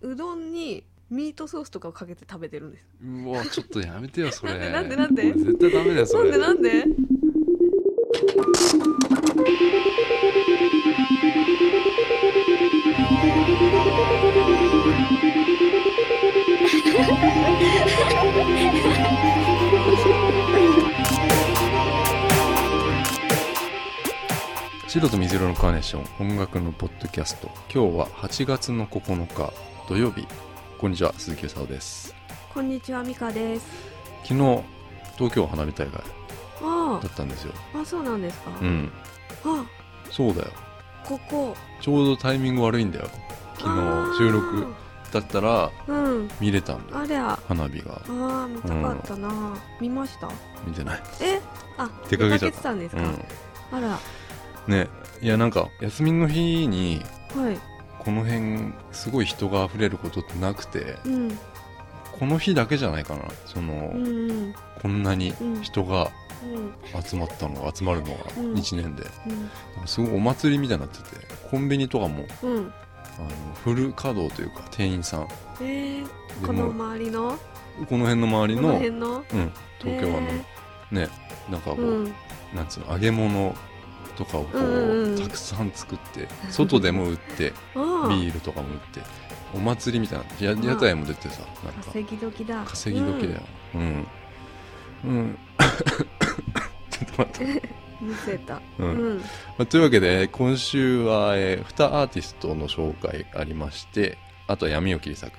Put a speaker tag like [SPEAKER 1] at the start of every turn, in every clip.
[SPEAKER 1] うどんにミートソースとかをかけて食べてるんです
[SPEAKER 2] うわちょっとやめてよそれ
[SPEAKER 1] なんでなんでなんで
[SPEAKER 2] 絶対ダメだよそ
[SPEAKER 1] なん
[SPEAKER 2] れ
[SPEAKER 1] でなんで
[SPEAKER 2] 白と水色のカーネーション音楽のポッドキャスト今日は8月の9日土曜日こんにちは鈴木うさおです
[SPEAKER 1] こんにちはミカです
[SPEAKER 2] 昨日東京花火大会
[SPEAKER 1] あ
[SPEAKER 2] だったんですよ
[SPEAKER 1] ああそうなんですか、
[SPEAKER 2] うん
[SPEAKER 1] あ
[SPEAKER 2] そうだよ
[SPEAKER 1] ここ
[SPEAKER 2] ちょうどタイミング悪いんだよ昨
[SPEAKER 1] あー
[SPEAKER 2] 日収録だったら
[SPEAKER 1] うん
[SPEAKER 2] 見れたんだよ
[SPEAKER 1] ありゃ
[SPEAKER 2] 花火が
[SPEAKER 1] あー見たかったな、見ました
[SPEAKER 2] 見てない
[SPEAKER 1] えあ
[SPEAKER 2] 出かけちゃ
[SPEAKER 1] 出
[SPEAKER 2] った
[SPEAKER 1] てたんです
[SPEAKER 2] う
[SPEAKER 1] か、
[SPEAKER 2] ん
[SPEAKER 1] あら
[SPEAKER 2] ねいやなんか休みの日に
[SPEAKER 1] はい
[SPEAKER 2] この辺すごい人が溢れることってなくて
[SPEAKER 1] うん
[SPEAKER 2] この日だけじゃないかなその、
[SPEAKER 1] うんうん
[SPEAKER 2] こんなに人が
[SPEAKER 1] うん
[SPEAKER 2] 集まったのが集まるのが
[SPEAKER 1] うん
[SPEAKER 2] 1年で、
[SPEAKER 1] うん
[SPEAKER 2] すごいお祭りみたいになっててコンビニとかも
[SPEAKER 1] うん
[SPEAKER 2] あのフル稼働というか店員さん
[SPEAKER 1] えー、
[SPEAKER 2] で
[SPEAKER 1] この
[SPEAKER 2] も
[SPEAKER 1] 周りの
[SPEAKER 2] うこの辺の周り
[SPEAKER 1] この
[SPEAKER 2] の
[SPEAKER 1] 辺の
[SPEAKER 2] うん、東京湾の、
[SPEAKER 1] え
[SPEAKER 2] ねなんか
[SPEAKER 1] ー
[SPEAKER 2] こう、
[SPEAKER 1] うん
[SPEAKER 2] なんつうの揚げ物とかをこう、
[SPEAKER 1] うんうんうん
[SPEAKER 2] たくさん作って外でも 売って
[SPEAKER 1] ああ
[SPEAKER 2] ビールとかも売ってお祭りみたいなや屋台も出てさなんか
[SPEAKER 1] 稼ぎ時だ
[SPEAKER 2] 稼ぎ時だよ、うんうんちょっと待って、
[SPEAKER 1] うん、むせたう
[SPEAKER 2] う
[SPEAKER 1] んん
[SPEAKER 2] まあ、というわけで今週は、え2アーティストの紹介ありましてあとは闇を切り裂く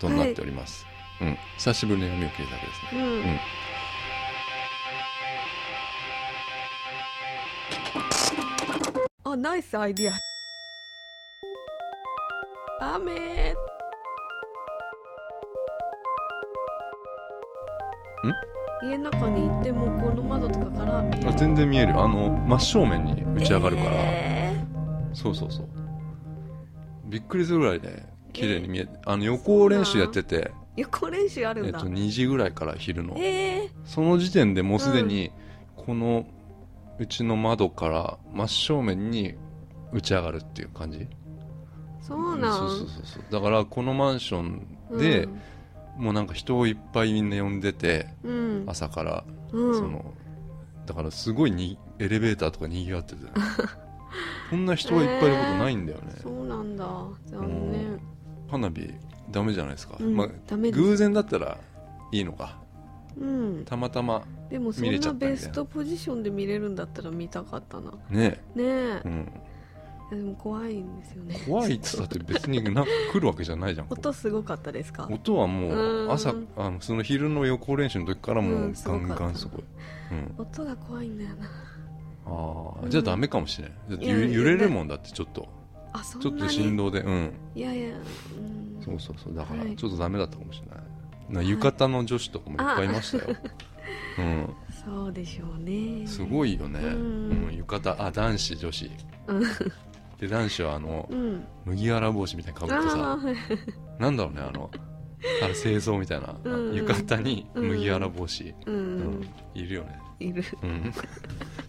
[SPEAKER 2] となっております、うん、久しぶりの闇を切り裂くですね
[SPEAKER 1] うんあナイスアイディア雨家の中にいてもこの窓とかから見え
[SPEAKER 2] あ全然見えるよあの真正面に打ち上がるから、
[SPEAKER 1] え
[SPEAKER 2] そうそうそうびっくりするぐらいね綺麗に見えてあの予行練習やってて、
[SPEAKER 1] ー予行練習ある
[SPEAKER 2] え
[SPEAKER 1] ん
[SPEAKER 2] っ
[SPEAKER 1] だ
[SPEAKER 2] と、2時ぐらいから昼の
[SPEAKER 1] ええ
[SPEAKER 2] その時点でもうすでにこのうちの窓から真正面に打ち上がるっていう感じ
[SPEAKER 1] そうなん
[SPEAKER 2] そうそうそうそうだからこのマンションで、もうなんか人をいっぱいみんな呼んでて
[SPEAKER 1] うん、うん
[SPEAKER 2] 朝から、
[SPEAKER 1] うん、
[SPEAKER 2] そのだからすごいにエレベーターとかにぎわっ ててこんな人がいっぱいいることないんだよね、
[SPEAKER 1] そうなんだ残
[SPEAKER 2] う
[SPEAKER 1] 念
[SPEAKER 2] ん、花火ダメじゃないですか、
[SPEAKER 1] うん
[SPEAKER 2] まあ
[SPEAKER 1] ダメです
[SPEAKER 2] 偶然だったらいいのか
[SPEAKER 1] うん、
[SPEAKER 2] たまたま
[SPEAKER 1] でもそ
[SPEAKER 2] 見れ
[SPEAKER 1] ん
[SPEAKER 2] ちゃ
[SPEAKER 1] な
[SPEAKER 2] ったみたいな
[SPEAKER 1] ベストポジションで見れるんだったら見たかったな
[SPEAKER 2] ね、
[SPEAKER 1] ねえ
[SPEAKER 2] うん、
[SPEAKER 1] いやでも怖いんですよね
[SPEAKER 2] 怖いっつったって別になんか来るわけじゃないじゃんここ
[SPEAKER 1] 音すごかったですか
[SPEAKER 2] 音はも
[SPEAKER 1] うん
[SPEAKER 2] う朝あのその昼の予行練習の時からも
[SPEAKER 1] うん
[SPEAKER 2] う
[SPEAKER 1] す
[SPEAKER 2] ガ
[SPEAKER 1] ご
[SPEAKER 2] ン
[SPEAKER 1] かった
[SPEAKER 2] ガンすごい、うん、
[SPEAKER 1] 音が怖いんだよな
[SPEAKER 2] あ
[SPEAKER 1] う
[SPEAKER 2] あ
[SPEAKER 1] ん
[SPEAKER 2] じゃあダメかもしれないだってゆ
[SPEAKER 1] いやいや
[SPEAKER 2] 揺れるもんだってちょっと
[SPEAKER 1] あそんな
[SPEAKER 2] ちょっ
[SPEAKER 1] に
[SPEAKER 2] と振動でうん
[SPEAKER 1] いやいやうん
[SPEAKER 2] そうそうそうだから
[SPEAKER 1] はい
[SPEAKER 2] ちょっとダメだったかもしれないな浴衣の女子とかもいっぱいいましたよ、
[SPEAKER 1] そうでしょう
[SPEAKER 2] う
[SPEAKER 1] ね
[SPEAKER 2] んすごいよね、
[SPEAKER 1] うん
[SPEAKER 2] うん浴衣あ男子女子
[SPEAKER 1] うん
[SPEAKER 2] で男子はあの
[SPEAKER 1] うん
[SPEAKER 2] 麦わら帽子みたいにかぶって
[SPEAKER 1] あ
[SPEAKER 2] さなんだろうねあのあれ清掃みたいな、
[SPEAKER 1] うん
[SPEAKER 2] 浴衣に麦わら帽子、
[SPEAKER 1] ーうん、
[SPEAKER 2] うんいるよね、
[SPEAKER 1] いる
[SPEAKER 2] うん、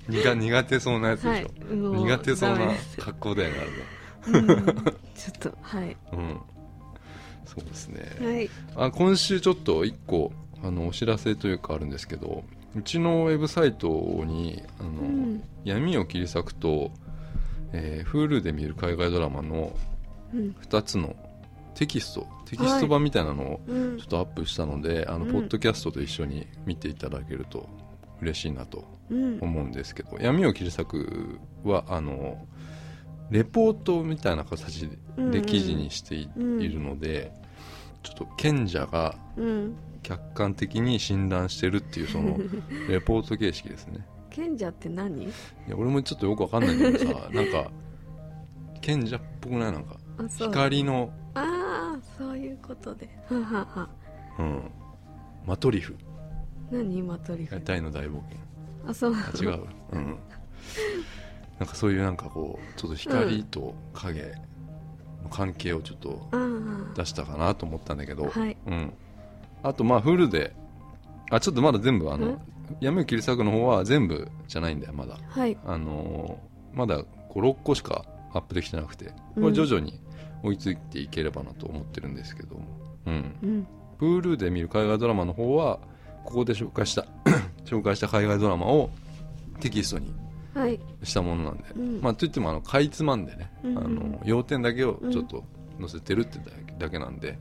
[SPEAKER 2] 苦苦手そうなやつで
[SPEAKER 1] は
[SPEAKER 2] し
[SPEAKER 1] い
[SPEAKER 2] ょ、
[SPEAKER 1] も
[SPEAKER 2] 苦手そう
[SPEAKER 1] ダメ
[SPEAKER 2] な
[SPEAKER 1] です
[SPEAKER 2] 格好だよねあれね
[SPEAKER 1] うんちょっとはい
[SPEAKER 2] うんそうですね、
[SPEAKER 1] はい
[SPEAKER 2] あ今週ちょっと1個あのお知らせというかあるんですけどうちのウェブサイトにあの、
[SPEAKER 1] うん
[SPEAKER 2] 闇を切り裂くと、えー、Hulu で見る海外ドラマの
[SPEAKER 1] うん
[SPEAKER 2] 2つのテキストテキスト版みたいなのを
[SPEAKER 1] うん
[SPEAKER 2] ちょっとアップしたので、あの
[SPEAKER 1] うん
[SPEAKER 2] ポッドキャストと一緒に見ていただけると嬉しいなと
[SPEAKER 1] うん
[SPEAKER 2] 思うんですけど闇を切り裂くはあのレポートみたいな形で
[SPEAKER 1] うん
[SPEAKER 2] で記事にしてい,、
[SPEAKER 1] うん
[SPEAKER 2] るのでちょっと賢者が
[SPEAKER 1] うん
[SPEAKER 2] 客観的に診断してるっていうそ のレポート形式ですね
[SPEAKER 1] 賢者って何
[SPEAKER 2] いや俺もちょっとよくわかんないけ どさなんか賢者っぽくないなんか
[SPEAKER 1] あそう
[SPEAKER 2] 光の、
[SPEAKER 1] ああそういうことでははは
[SPEAKER 2] うん、マトリフ
[SPEAKER 1] 何今トリフ
[SPEAKER 2] 大の大冒
[SPEAKER 1] あそう
[SPEAKER 2] 険あ違う、うん、なんかそういうなんかこうちょっと光と影の関係をちょっと
[SPEAKER 1] ああ
[SPEAKER 2] 出したかなと思ったんだけど、
[SPEAKER 1] はい
[SPEAKER 2] うん、あとまあフルであちょっとまだ全部あ
[SPEAKER 1] ん
[SPEAKER 2] の闇を切り裂くの方は全部じゃないんだよまだ
[SPEAKER 1] はい
[SPEAKER 2] あのーまだ56個しかアップできてなくて
[SPEAKER 1] うん
[SPEAKER 2] これ徐々に追いついていければなと思ってるんですけども、うん、
[SPEAKER 1] うん、
[SPEAKER 2] Hulu で見る海外ドラマの方はここで紹介した 紹介した海外ドラマをテキストに
[SPEAKER 1] はい、
[SPEAKER 2] したものなんで、
[SPEAKER 1] うん
[SPEAKER 2] まあといってもあのかいつまんでね、
[SPEAKER 1] うんうん
[SPEAKER 2] あの要点だけをちょっと載せてるってだけだけなんで、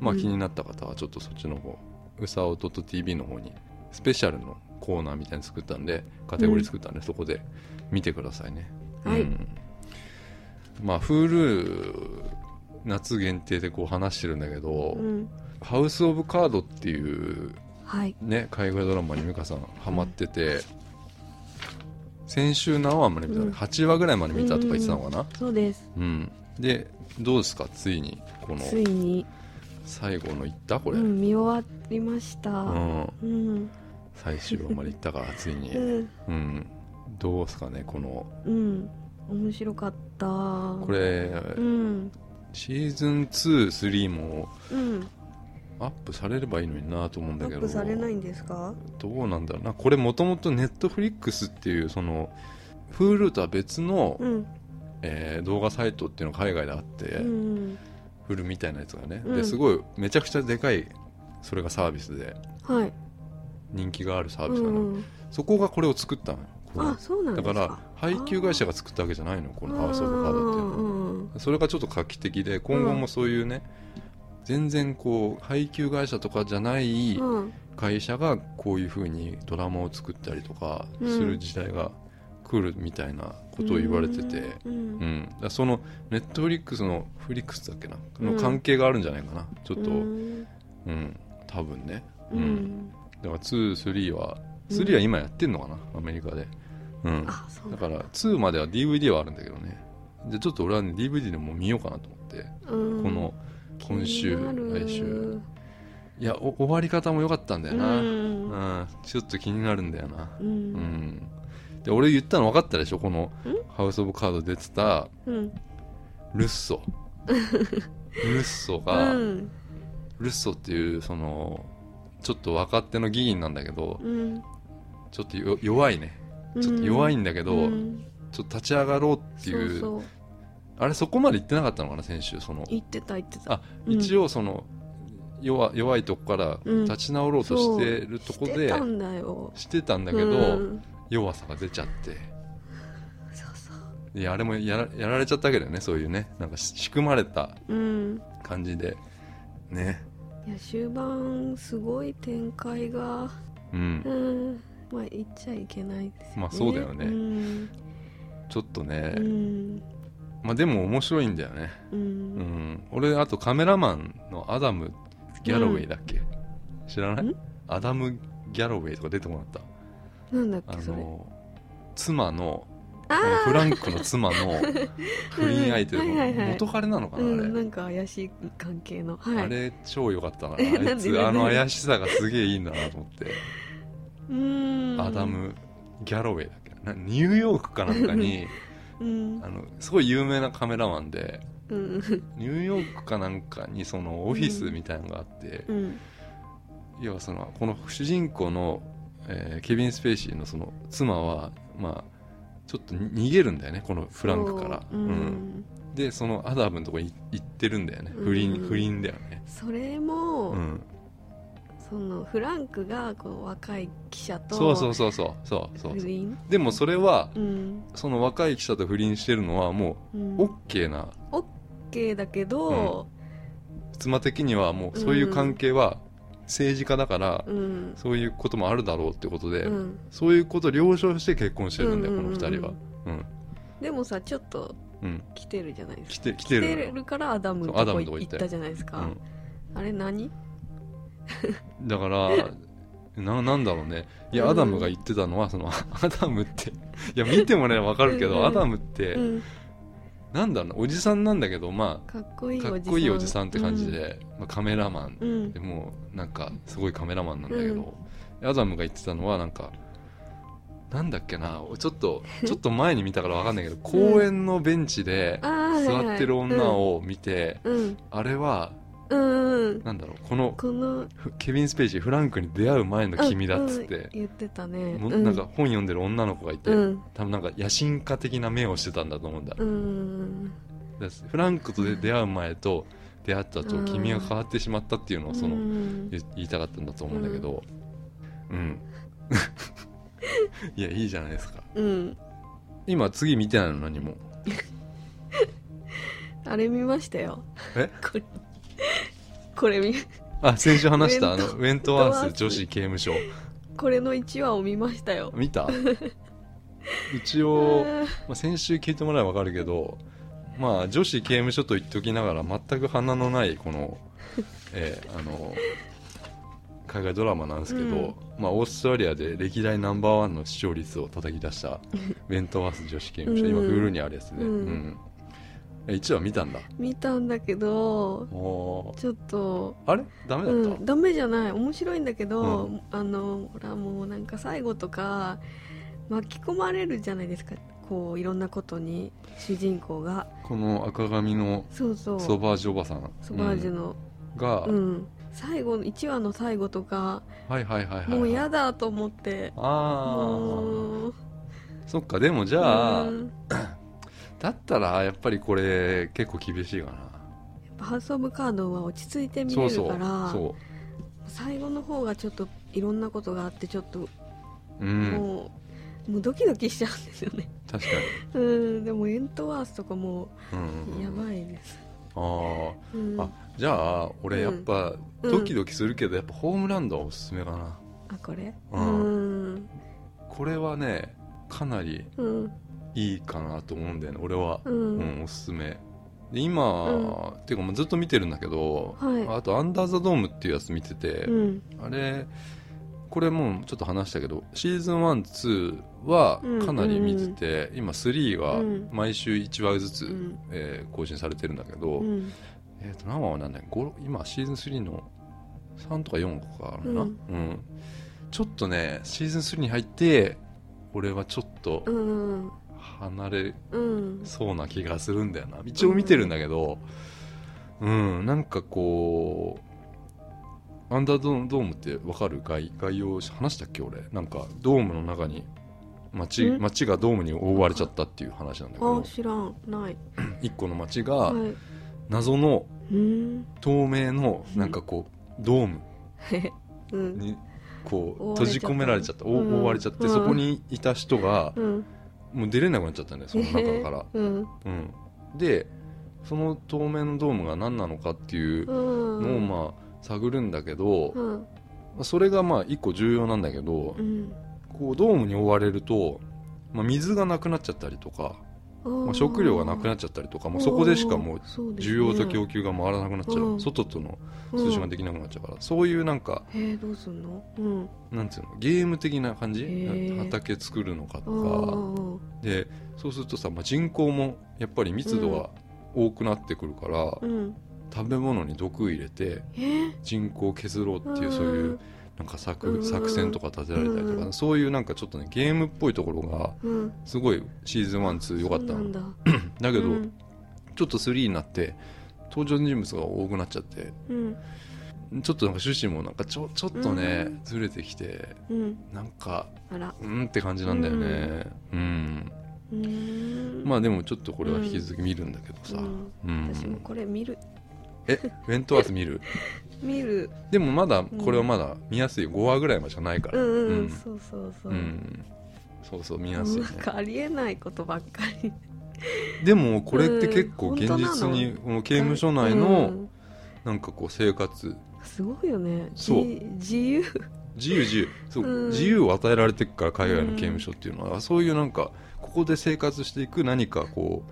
[SPEAKER 2] まあ
[SPEAKER 1] うん
[SPEAKER 2] 気になった方はちょっとそっちの方うさおとと .tv の方にスペシャルのコーナーみたいに作ったんでカテゴリー作ったんで、そこで見てくださいね、
[SPEAKER 1] はい
[SPEAKER 2] うんまあ Hulu 夏限定でこう話してるんだけど、
[SPEAKER 1] うん、
[SPEAKER 2] ハウス・オブ・カードっていう
[SPEAKER 1] はい、
[SPEAKER 2] ね海外ドラマに美香さんハマってて、先週何話まで見たの、
[SPEAKER 1] うん
[SPEAKER 2] 8話ぐらいまで見たとか言ってたのかな
[SPEAKER 1] そうです。
[SPEAKER 2] うん、でどうですかついにこの
[SPEAKER 1] ついに、
[SPEAKER 2] 最後のいったこ
[SPEAKER 1] う
[SPEAKER 2] れ、うん
[SPEAKER 1] ん、見終わりました。うん、
[SPEAKER 2] 最終話までいったからついに、
[SPEAKER 1] う
[SPEAKER 2] うん
[SPEAKER 1] ん、
[SPEAKER 2] どうですかねこの
[SPEAKER 1] うん、面白かった。こ
[SPEAKER 2] こ、れ、
[SPEAKER 1] うん、
[SPEAKER 2] シーズン23も
[SPEAKER 1] うん、
[SPEAKER 2] アップされればいいのになと思うん
[SPEAKER 1] ア
[SPEAKER 2] だけ
[SPEAKER 1] ッ
[SPEAKER 2] ど
[SPEAKER 1] プされないんですか？
[SPEAKER 2] どうなんだろうなこれもともとネットフリックスっていうその Hulu とは別の、
[SPEAKER 1] うん、
[SPEAKER 2] えー動画サイトっていうのが海外であって、
[SPEAKER 1] うん、
[SPEAKER 2] フルみたいなやつがね、
[SPEAKER 1] う
[SPEAKER 2] で
[SPEAKER 1] ん
[SPEAKER 2] すごいめちゃくちゃでかいそれがサービスで
[SPEAKER 1] はい、
[SPEAKER 2] 人気があるサー
[SPEAKER 1] う
[SPEAKER 2] ビスなの、
[SPEAKER 1] ん、
[SPEAKER 2] そこがこれを作ったのよこ
[SPEAKER 1] あ、
[SPEAKER 2] う
[SPEAKER 1] そうなん
[SPEAKER 2] だ
[SPEAKER 1] です
[SPEAKER 2] か
[SPEAKER 1] か。
[SPEAKER 2] ら配給会社が作ったわけじゃないのこのハウス・オブ・カードっていうのは
[SPEAKER 1] の
[SPEAKER 2] それがちょっと画期的で今後もそういうね、全然こう配給会社とかじゃない
[SPEAKER 1] うん、うん、
[SPEAKER 2] 会社がこういうふうにドラマを作ったりとかする時代が来るみたいなことを言われてて、
[SPEAKER 1] うん
[SPEAKER 2] う、ん、だからそのネットフリックスのフリックスだっけな
[SPEAKER 1] う
[SPEAKER 2] の
[SPEAKER 1] ん
[SPEAKER 2] 関係があるんじゃないかな、ちょっと、
[SPEAKER 1] う
[SPEAKER 2] うん
[SPEAKER 1] ん
[SPEAKER 2] 多分ね、
[SPEAKER 1] う
[SPEAKER 2] うん
[SPEAKER 1] ん、
[SPEAKER 2] だから23は
[SPEAKER 1] うん
[SPEAKER 2] 3は今やってんのかなアメリカで、うん、
[SPEAKER 1] あ、そうな
[SPEAKER 2] だ
[SPEAKER 1] ん
[SPEAKER 2] から2までは DVD はあるんだけどねでちょっと俺はね DVD でも見ようかなと思って、
[SPEAKER 1] うん
[SPEAKER 2] この今週
[SPEAKER 1] 気になる
[SPEAKER 2] 来週いやお終わり方も良かったんだよな、
[SPEAKER 1] う
[SPEAKER 2] うん
[SPEAKER 1] ん
[SPEAKER 2] ちょっと気になるんだよな
[SPEAKER 1] う
[SPEAKER 2] うん、
[SPEAKER 1] ん
[SPEAKER 2] で俺言ったの分かったでしょこの
[SPEAKER 1] ん
[SPEAKER 2] 「ハウス・オブ・カード」出てた
[SPEAKER 1] うん
[SPEAKER 2] ルッソ ルッソが、
[SPEAKER 1] うん
[SPEAKER 2] ルッソっていうそのちょっと若手の議員なんだけど
[SPEAKER 1] うん
[SPEAKER 2] ちょっとよ弱いねちょっと弱いんだけど、
[SPEAKER 1] うん
[SPEAKER 2] ちょっと立ち上がろうっていう
[SPEAKER 1] そうそう
[SPEAKER 2] あれそこまで言ってなかったのかな先週その、
[SPEAKER 1] 言ってた言ってた
[SPEAKER 2] あ一応その弱弱いとこから
[SPEAKER 1] うん
[SPEAKER 2] 立ち直ろうとしてるとこ
[SPEAKER 1] して
[SPEAKER 2] で、
[SPEAKER 1] たんだよ
[SPEAKER 2] してたんだけど、
[SPEAKER 1] うん
[SPEAKER 2] 弱さが出ちゃって
[SPEAKER 1] そうそう
[SPEAKER 2] いやあれもやらやられちゃったわけどねそういうねなんかし仕組まれた
[SPEAKER 1] うん
[SPEAKER 2] 感じでね
[SPEAKER 1] いや終盤すごい展開が
[SPEAKER 2] う
[SPEAKER 1] う
[SPEAKER 2] ん
[SPEAKER 1] んまあ言っちゃいけないですよね
[SPEAKER 2] まあそうだよね
[SPEAKER 1] うん
[SPEAKER 2] ちょっとね、
[SPEAKER 1] うん
[SPEAKER 2] まあでも面白いんだよね
[SPEAKER 1] う
[SPEAKER 2] うんん俺あとカメラマンのアダム・ギャロウェイだっけ、知らない
[SPEAKER 1] ん
[SPEAKER 2] アダム・ギャロウェイとか出てもらっ
[SPEAKER 1] なんだった
[SPEAKER 2] あ
[SPEAKER 1] けそれ
[SPEAKER 2] の妻の
[SPEAKER 1] あ
[SPEAKER 2] このフランクの妻 の不倫相手の
[SPEAKER 1] うんはいはいはい
[SPEAKER 2] 元彼なのか
[SPEAKER 1] う
[SPEAKER 2] なあれ、
[SPEAKER 1] んなんか怪しい関係のはい
[SPEAKER 2] あれ超良かったなあ
[SPEAKER 1] え ないんで
[SPEAKER 2] つあ
[SPEAKER 1] なんで
[SPEAKER 2] の怪しさがすげえいいんだなと思って
[SPEAKER 1] うん
[SPEAKER 2] アダム・ギャロウェイだっけなニューヨークかなんかに
[SPEAKER 1] うん
[SPEAKER 2] あのすごい有名なカメラマンで
[SPEAKER 1] うん
[SPEAKER 2] ニューヨークかなんかにそのオフィスみたいなのがあって、
[SPEAKER 1] うん
[SPEAKER 2] 要はそのこの主人公の、えーケビン・スペイシーのその妻はまあちょっとに逃げるんだよねこのフランクから、
[SPEAKER 1] そううん
[SPEAKER 2] うんでそのアダムのとこに行ってるんだよね
[SPEAKER 1] うん
[SPEAKER 2] 不倫、不倫だよね
[SPEAKER 1] それも、
[SPEAKER 2] うん
[SPEAKER 1] そのフランクがこう若い記者と
[SPEAKER 2] そうそうそうそうそうそう
[SPEAKER 1] 不倫
[SPEAKER 2] でもそれは
[SPEAKER 1] うん
[SPEAKER 2] その若い記者と不倫してるのはも
[SPEAKER 1] う
[SPEAKER 2] うんオッケーな
[SPEAKER 1] OK だけど、
[SPEAKER 2] 妻的にはもうそういう関係は政治家だから、
[SPEAKER 1] うん
[SPEAKER 2] そういうこともあるだろうってことで、
[SPEAKER 1] うん
[SPEAKER 2] そういうことを了承して結婚してるんだよ、
[SPEAKER 1] うんうんうん
[SPEAKER 2] この二人はうん
[SPEAKER 1] でもさちょっと
[SPEAKER 2] うん
[SPEAKER 1] 来てるじゃないです
[SPEAKER 2] 来
[SPEAKER 1] か
[SPEAKER 2] て来てるのよ
[SPEAKER 1] からアダムの
[SPEAKER 2] そう
[SPEAKER 1] と
[SPEAKER 2] アダム
[SPEAKER 1] こ
[SPEAKER 2] のとこ
[SPEAKER 1] 行
[SPEAKER 2] 行
[SPEAKER 1] った
[SPEAKER 2] っよ
[SPEAKER 1] たじゃないですか、あれ何
[SPEAKER 2] うん、だからななんだろうねいや
[SPEAKER 1] うん
[SPEAKER 2] アダムが言ってたのはその アダムっていや見てもらえば分かるけど
[SPEAKER 1] うんうん
[SPEAKER 2] アダムって、
[SPEAKER 1] うん
[SPEAKER 2] なんだろうなおじさんなんだけどま
[SPEAKER 1] かっこいい
[SPEAKER 2] あ
[SPEAKER 1] おじさ
[SPEAKER 2] か
[SPEAKER 1] ん
[SPEAKER 2] っこいいおじさんって感じで、まあ、カメラマン
[SPEAKER 1] うん、うん
[SPEAKER 2] でもうなんかすごいカメラマンなんだけど、アダムが言ってたのはなんかなんだっけなちょっ とちょっと前に見たから分かんないけど公園のベンチで
[SPEAKER 1] あーはいはい
[SPEAKER 2] 座ってる女を見て、
[SPEAKER 1] うん
[SPEAKER 2] あれは
[SPEAKER 1] うんうん
[SPEAKER 2] なんだろうこの
[SPEAKER 1] この
[SPEAKER 2] フケビン・スペイシーフランクに出会う前の君だっ
[SPEAKER 1] うん
[SPEAKER 2] つっ
[SPEAKER 1] うん
[SPEAKER 2] て、
[SPEAKER 1] 言ってたね
[SPEAKER 2] も
[SPEAKER 1] うん
[SPEAKER 2] なんか本読んでる女の子がいて、
[SPEAKER 1] うん
[SPEAKER 2] 多分なんか野心家的な目をしてたんだと思うんだ、
[SPEAKER 1] うん
[SPEAKER 2] ですフランクとで出会う前と出会った
[SPEAKER 1] う
[SPEAKER 2] と
[SPEAKER 1] ん
[SPEAKER 2] 君が変わってしまったっていうのをその、
[SPEAKER 1] うん
[SPEAKER 2] 言言いたかったんだと思うんだけどうん、 いやいいじゃないですか
[SPEAKER 1] うん
[SPEAKER 2] 今次見てないの何も
[SPEAKER 1] あれ見ましたよ
[SPEAKER 2] え
[SPEAKER 1] これこれ見
[SPEAKER 2] あ先週話し
[SPEAKER 1] ウ
[SPEAKER 2] た
[SPEAKER 1] ェ
[SPEAKER 2] あ
[SPEAKER 1] ント
[SPEAKER 2] のウェント
[SPEAKER 1] ウ
[SPEAKER 2] ワ
[SPEAKER 1] ェントワ
[SPEAKER 2] ー
[SPEAKER 1] ー
[SPEAKER 2] ス
[SPEAKER 1] ス
[SPEAKER 2] 女子刑務所
[SPEAKER 1] これの1話を見ましたよ
[SPEAKER 2] 見た一
[SPEAKER 1] あ
[SPEAKER 2] 応、
[SPEAKER 1] ー
[SPEAKER 2] まあ、先週聞いてもらえば分かるけどまあ女子刑務所と言っておきながら全く鼻のない この, 、えーあの海外ドラマなんですけど、まあ、オーストラリアで歴代ナンバーワンの視聴率を叩き 出したベントワース女子刑務所、
[SPEAKER 1] うん
[SPEAKER 2] 今フールにあるやつで、
[SPEAKER 1] うん
[SPEAKER 2] うんえ一話見たんだ
[SPEAKER 1] 見たんだけど
[SPEAKER 2] おー
[SPEAKER 1] ちょっと
[SPEAKER 2] あれダメだった、
[SPEAKER 1] うん、ダメじゃない面白いんだけど、
[SPEAKER 2] う
[SPEAKER 1] あのほらもうなんか最後とか巻き込まれるじゃないですかこういろんなことに主人公が
[SPEAKER 2] この赤髪の
[SPEAKER 1] そうそう
[SPEAKER 2] ソバージュおばさん
[SPEAKER 1] ソバージュの
[SPEAKER 2] うんが、
[SPEAKER 1] うん、最後の1話の最後とか、
[SPEAKER 2] はいはいはいはい、はい、
[SPEAKER 1] もう嫌だと思って
[SPEAKER 2] ああ
[SPEAKER 1] もう
[SPEAKER 2] そっかでもじゃあ、
[SPEAKER 1] うん
[SPEAKER 2] だったらやっぱりこれ結構厳しいかな
[SPEAKER 1] やっぱハウス・オブ・カードは落ち着いて見
[SPEAKER 2] そ
[SPEAKER 1] れ
[SPEAKER 2] う
[SPEAKER 1] る
[SPEAKER 2] そう
[SPEAKER 1] から
[SPEAKER 2] そ
[SPEAKER 1] 最後の方がちょっといろんなことがあってちょっと、
[SPEAKER 2] ううん
[SPEAKER 1] もうもうドキドキしちゃうんですよね
[SPEAKER 2] 確か
[SPEAKER 1] うんでもエントワースとかも
[SPEAKER 2] にうんうんうん
[SPEAKER 1] やばいです、
[SPEAKER 2] あー
[SPEAKER 1] うん、
[SPEAKER 2] あじゃあ俺やっぱ
[SPEAKER 1] うん
[SPEAKER 2] ドキドキするけどやっぱホームランドはおすすめかな
[SPEAKER 1] あこれ
[SPEAKER 2] う
[SPEAKER 1] うんん
[SPEAKER 2] これはねかなり
[SPEAKER 1] うん
[SPEAKER 2] いいかなと思うんだよね俺は
[SPEAKER 1] う、
[SPEAKER 2] うんんおすすめで今っていうかもうずっと見てるんだけど
[SPEAKER 1] はい
[SPEAKER 2] あと「アンダー・ザ・ドーム」っていうやつ見てて
[SPEAKER 1] うん
[SPEAKER 2] あれこれもうちょっと話したけどシーズン12はかなり見てて、今3が
[SPEAKER 1] うん
[SPEAKER 2] 毎週1話ずつ、
[SPEAKER 1] うん
[SPEAKER 2] えー更新されてるんだけど、
[SPEAKER 1] うん
[SPEAKER 2] えー、と何話なんだよ5今シーズン3の3とか4かあるな、う
[SPEAKER 1] うん
[SPEAKER 2] んちょっとねシーズン3に入って俺はちょっと
[SPEAKER 1] うん
[SPEAKER 2] 離れ
[SPEAKER 1] うん
[SPEAKER 2] そうな気がするんだよな一応見てるんだけどうん、なんかこうアンダードームってわかる概概要話したっけ俺なんかドームの中に町
[SPEAKER 1] ん
[SPEAKER 2] 町がドームに覆われちゃったっていう話なんだけ
[SPEAKER 1] あ
[SPEAKER 2] ど
[SPEAKER 1] 知らんない
[SPEAKER 2] 一個の町が
[SPEAKER 1] はい
[SPEAKER 2] 謎の
[SPEAKER 1] うん
[SPEAKER 2] 透明のなんかこうドーム
[SPEAKER 1] へへうん
[SPEAKER 2] にこう
[SPEAKER 1] 覆わ
[SPEAKER 2] 閉
[SPEAKER 1] れちゃった
[SPEAKER 2] じ込められちゃったお
[SPEAKER 1] うん
[SPEAKER 2] 覆われちゃって
[SPEAKER 1] うん
[SPEAKER 2] そこにいた人が
[SPEAKER 1] うん
[SPEAKER 2] もう出れなくなっちゃったんだよその 中から。
[SPEAKER 1] うん
[SPEAKER 2] うん、でその透明のドームが何なのかっていう
[SPEAKER 1] う
[SPEAKER 2] のを
[SPEAKER 1] ん
[SPEAKER 2] まあ探るんだけど、ま
[SPEAKER 1] うん
[SPEAKER 2] あそれがまあ一個重要なんだけど
[SPEAKER 1] うん
[SPEAKER 2] こうドームに覆われると、まあ、水がなくなっちゃったりとか、まあ食料がなくなっちゃったりとかもうそこでしかもう需要と供
[SPEAKER 1] 給
[SPEAKER 2] 給が回らなくなっちゃ
[SPEAKER 1] う
[SPEAKER 2] うん外との通信ができなくなっちゃうからそういうなんか
[SPEAKER 1] へえどうすんのうん
[SPEAKER 2] なんていうのゲーム的な感じ
[SPEAKER 1] へー
[SPEAKER 2] 畑作るのか
[SPEAKER 1] う
[SPEAKER 2] とか。
[SPEAKER 1] んうん
[SPEAKER 2] でそうするとさ、まあ、人口もやっぱり密度が多くなってくるから、
[SPEAKER 1] うん
[SPEAKER 2] 食べ物に毒入れて
[SPEAKER 1] へえ
[SPEAKER 2] 人口を削ろうっていうそういうなんか作,、
[SPEAKER 1] うん
[SPEAKER 2] 作戦とか立てられたりとか、
[SPEAKER 1] うん
[SPEAKER 2] そういうなんかちょっとねゲームっぽいところが
[SPEAKER 1] うん
[SPEAKER 2] すごいシーズン12良かった
[SPEAKER 1] そうな
[SPEAKER 2] の
[SPEAKER 1] ん
[SPEAKER 2] だ
[SPEAKER 1] だ
[SPEAKER 2] けど、
[SPEAKER 1] うん
[SPEAKER 2] ちょっと3になって登場人物が多くなっちゃって
[SPEAKER 1] うん
[SPEAKER 2] ちょっとなんか趣旨もなんかちょちょっとね、
[SPEAKER 1] うん
[SPEAKER 2] ずれてきて
[SPEAKER 1] うん
[SPEAKER 2] なんか
[SPEAKER 1] あら
[SPEAKER 2] うんって感じなんだよねうん、
[SPEAKER 1] うーん
[SPEAKER 2] まあでもちょっとこれは引き続き見るんだけどさ、
[SPEAKER 1] うん
[SPEAKER 2] うん
[SPEAKER 1] 私もこれ見る
[SPEAKER 2] えウェントワース見る
[SPEAKER 1] 見る
[SPEAKER 2] でもまだこれはまだ見やすい5話ぐらいまでしかないか
[SPEAKER 1] う
[SPEAKER 2] ら
[SPEAKER 1] んうん、
[SPEAKER 2] うん
[SPEAKER 1] そうそうそう、
[SPEAKER 2] うんそうそう見
[SPEAKER 1] な
[SPEAKER 2] やすいね
[SPEAKER 1] んかありえないことばっかり
[SPEAKER 2] でもこれって結構現実
[SPEAKER 1] う
[SPEAKER 2] にこの刑務所内の
[SPEAKER 1] うん
[SPEAKER 2] なんかこう生活
[SPEAKER 1] すごいよね
[SPEAKER 2] そう
[SPEAKER 1] じ自由
[SPEAKER 2] 自由自由そう、
[SPEAKER 1] うん
[SPEAKER 2] 自由を与えられてくから海外の刑務所っていうのは、そういうなんかここで生活していく何かこ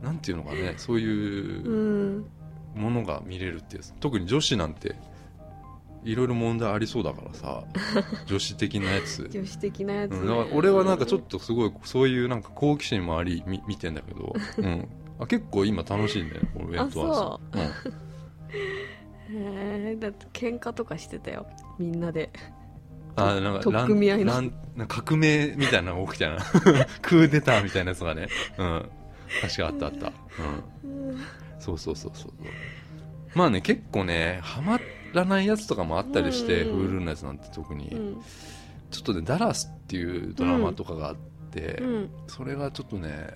[SPEAKER 2] うなんていうのかねそういううんものが見れるっていう特に女子なんていろいろ問題ありそうだか らさ女子的なやつ
[SPEAKER 1] 女子的なやつ、
[SPEAKER 2] うん、だから俺はなんかちょっとすごいそういうなんか好奇心もありみ見てんだけど、うん、あ結構今楽しいんだよこのウェントワースうん
[SPEAKER 1] へえだって喧嘩とかしてたよみんなで
[SPEAKER 2] あ なんか
[SPEAKER 1] 取っ
[SPEAKER 2] 乱
[SPEAKER 1] 組み合いの
[SPEAKER 2] 乱なんか革命みたいなのが起きたな クーデターみたいなやつがね、うん、確かあったあった、
[SPEAKER 1] うん
[SPEAKER 2] うん、そうそうそうそうまあね結構ねハマらないやつとかもあったりして、
[SPEAKER 1] うん
[SPEAKER 2] Hulu のやつなんて特に、
[SPEAKER 1] うん
[SPEAKER 2] ちょっとね「ダラス」っていうドラマとかがあって、
[SPEAKER 1] うん
[SPEAKER 2] それがちょっとね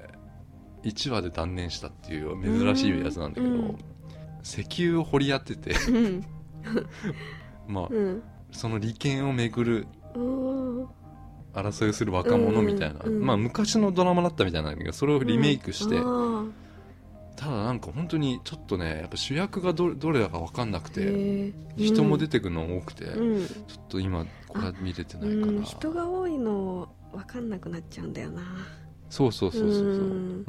[SPEAKER 2] 1話で断念したっていう珍しいやつなんだけど、
[SPEAKER 1] うんうん
[SPEAKER 2] 石油を掘り当て て
[SPEAKER 1] うん
[SPEAKER 2] まあ、
[SPEAKER 1] うん
[SPEAKER 2] その利権をめぐる
[SPEAKER 1] うん
[SPEAKER 2] 争いをする若者みたいな、
[SPEAKER 1] うんうんうん
[SPEAKER 2] まあ昔のドラマだったみたいなんだけどそれをリメイクして、
[SPEAKER 1] あー
[SPEAKER 2] ただなんか本当にちょっとねやっぱ主役がどどれだか分かんなくて
[SPEAKER 1] へー
[SPEAKER 2] 人も出
[SPEAKER 1] て
[SPEAKER 2] てくるの多くて、
[SPEAKER 1] うん
[SPEAKER 2] ちょっと今これは見れてないか
[SPEAKER 1] う
[SPEAKER 2] な、
[SPEAKER 1] ん、人が多いの分かんなくなっちゃうんだよな
[SPEAKER 2] そうそうそうそうそう
[SPEAKER 1] う
[SPEAKER 2] うん
[SPEAKER 1] ん、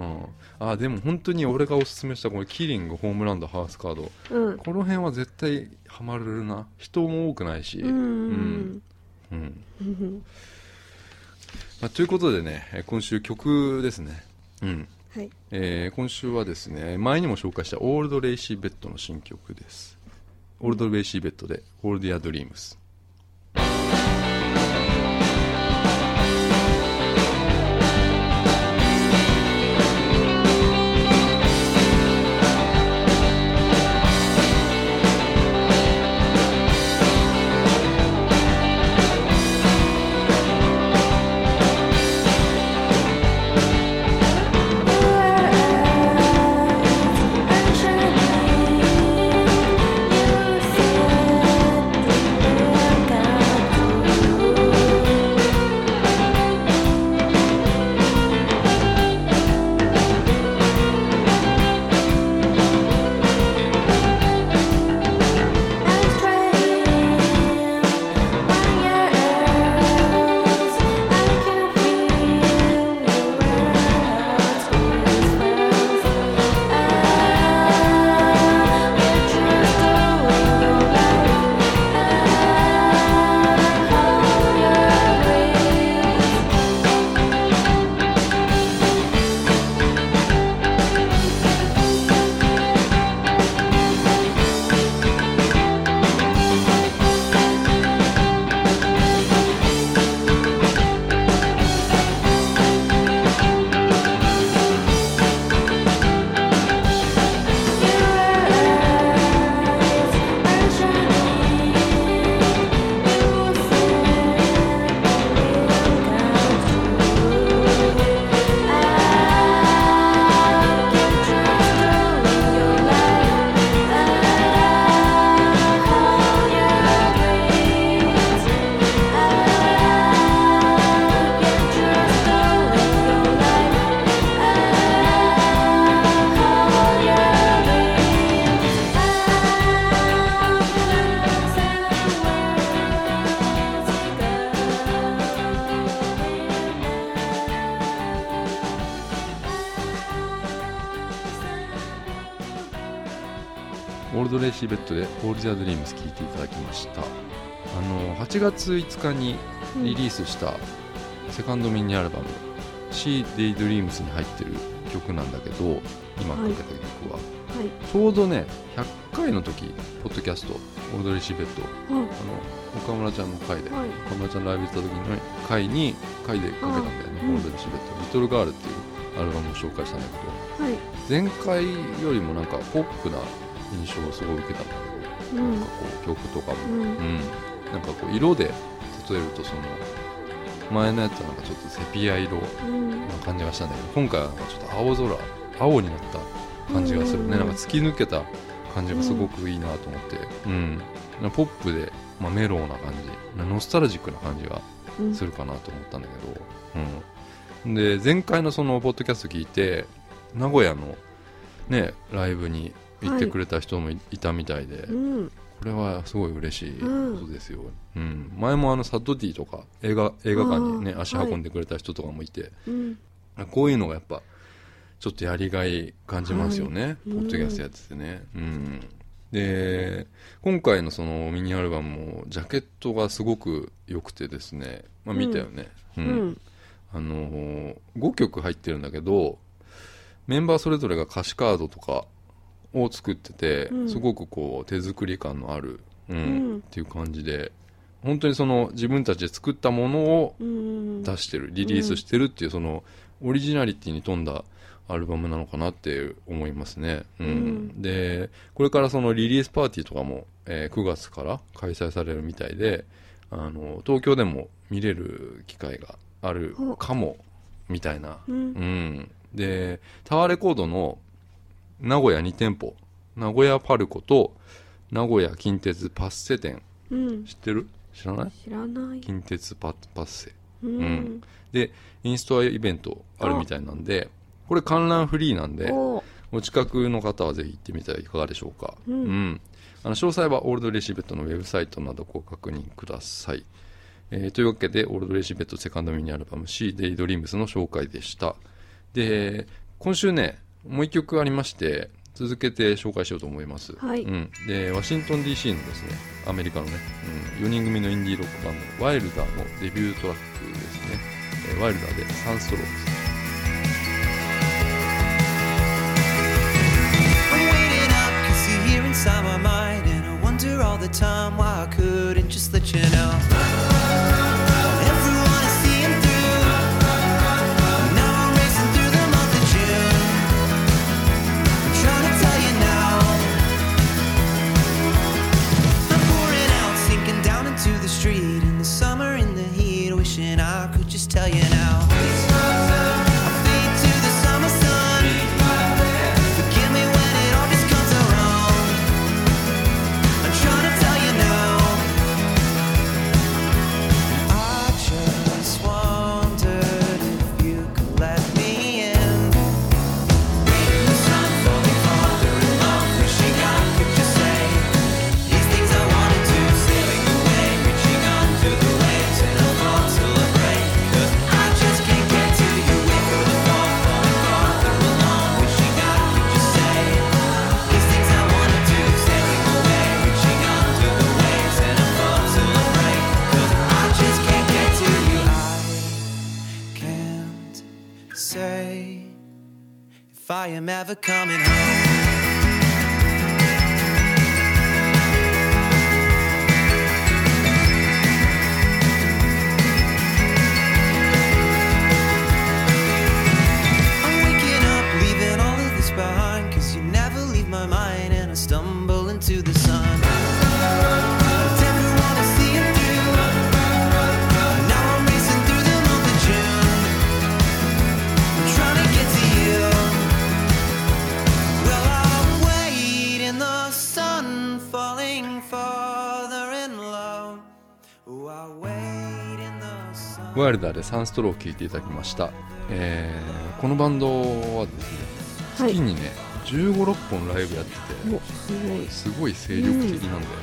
[SPEAKER 2] あでも本当に俺がおすすめしたこのキリングホームランドハースカード
[SPEAKER 1] うん
[SPEAKER 2] この辺は絶対ハマるな人も多くないし、
[SPEAKER 1] うんうん
[SPEAKER 2] うん
[SPEAKER 1] うん
[SPEAKER 2] まあ、ということでねえー今週曲ですねうん
[SPEAKER 1] はい
[SPEAKER 2] えー今週はですね前にも紹介したオールド・レイシー・ベッドの新曲ですオールド・レイシー・ベッドで「オールディア・ドリームス」オールドレイシーベッドで「オール・ザ・ドリームス」聴いていただきましたあの8月5日にリリースしたセカンドミニアルバム「She Day Dreams」に入ってる曲なんだけど今かけた曲は、
[SPEAKER 1] はい
[SPEAKER 2] ちょうどね100回の時ポッドキャスト「オールドレイシーベッド」あの岡村ちゃんの回で、
[SPEAKER 1] あはい
[SPEAKER 2] 岡村ちゃんライブ行った時の回に回でかけたんだよね
[SPEAKER 1] あ
[SPEAKER 2] 「オールドレイシーベッド」「リトルガール」っていうアルバムを紹介したんだけど
[SPEAKER 1] はい
[SPEAKER 2] 前回よりもなんかポップな印象をすごい受けたんだけど、
[SPEAKER 1] うん
[SPEAKER 2] なんかこう曲とかも、
[SPEAKER 1] うん
[SPEAKER 2] うん、なんかこう色で例えるとその前のやつはなんかちょっとセピア色
[SPEAKER 1] うん
[SPEAKER 2] な感じがしたんだけど今回はなんかちょっと青空青になった感じがする
[SPEAKER 1] う
[SPEAKER 2] ね、
[SPEAKER 1] ん
[SPEAKER 2] なんか突き抜けた感じがすごくいいなと思って、うんなんかポップで、まあ、メローな感じノスタルジックな感じが
[SPEAKER 1] うん
[SPEAKER 2] するかなと思ったんだけど、うん、で前回のそのポッドキャスト聞いて名古屋のねライブに行ってくれた人もいいたみたいで、
[SPEAKER 1] うん
[SPEAKER 2] これはすごい嬉しいことですよ、うん前もあのサッドティとか映画映画館にね
[SPEAKER 1] あー
[SPEAKER 2] 足運んでくれた人とかもいて、
[SPEAKER 1] うん
[SPEAKER 2] こういうのがやっぱちょっとやりがい感じますよね、ポッドキャストやっててね、うん、で今回のそのミニアルバムもジャケットがすごく良くてですね、まあ、見たよね、う
[SPEAKER 1] うんん
[SPEAKER 2] あのー5曲入ってるんだけどメンバーそれぞれが歌詞カードとかを作ってて、
[SPEAKER 1] うん
[SPEAKER 2] すごくこう手作り感のある、うん
[SPEAKER 1] うん
[SPEAKER 2] っていう感じで本当にその自分たちで作ったものを
[SPEAKER 1] うん
[SPEAKER 2] 出してるリリースしてるっていうそのオリジナリティに富んだアルバムなのかなって思いますね、うん
[SPEAKER 1] うん
[SPEAKER 2] でこれからそのリリースパーティーとかも、えー9月から開催されるみたいであの東京でも見れる機会があるかもみたいな、
[SPEAKER 1] うん
[SPEAKER 2] うん、でタワーレコードの名古屋2店舗名古屋パルコと名古屋近鉄パッセ店
[SPEAKER 1] うん
[SPEAKER 2] 知ってる知らない
[SPEAKER 1] 知らない
[SPEAKER 2] 近鉄パパッセ
[SPEAKER 1] うん、
[SPEAKER 2] んでインストアイベントあるみたいなんでこれ観覧フリーなんで
[SPEAKER 1] お
[SPEAKER 2] お近くの方はぜひ行ってみてはいかがでしょうか、
[SPEAKER 1] うん
[SPEAKER 2] あの詳細はオールドレシーベットのウェブサイトなどご確認ください、えーというわけでオールドレシーベットセカンドミニアルバム C「デイドリームスの紹介でしたで今週ねもう一曲ありまして続けて紹介しようと思います、
[SPEAKER 1] はい
[SPEAKER 2] うん、でワシントン DC のですねアメリカのね、うん、4人組のインディーロックバンドワイルダーのデビュートラックですね、えーワイルダーで「サンストロークス」
[SPEAKER 3] I'm waiting up cause you're here inside my mind And I wonder all the time why I couldn't just let you know Everyone is seeing through Now I'm racing through the month of June I'm trying to tell you now I'm pouring out, sinking down into the street In the summer, in the heat Wishing I could just tell you now I fade to the summer sun Forgive me when it all just comes around. I'm trying to tell you now. I just wondered if you could let me in. I'm falling farther in love, wishing I could just say these things I wanted to, sailing away, reaching onto the waves, and I'm all till I break. 'Cause I just can't get to you. We could have gone falling farther along, wishing I could just say these things I wanted to, sailing away, reaching onto the waves, and I'm all till I break. 'Cause I just can't get to you. I can't say if I am ever coming home. I'm waking up, leaving all of this behind. Cause you never leave my mind, and I stumble into the sun. But everyone is seeing through. Now I'm racing through the month of June. I'm trying to get to you. Well, I'll wait in the sun, falling farther and low. Oh, I'll wait in the sun.
[SPEAKER 2] ワイルダーでサンストローを聴いていただきました、えーこのバンドはですね
[SPEAKER 1] はい
[SPEAKER 2] 月にね1 5 6本ライブやって
[SPEAKER 1] おすごい
[SPEAKER 2] てすごい精力的なんだよ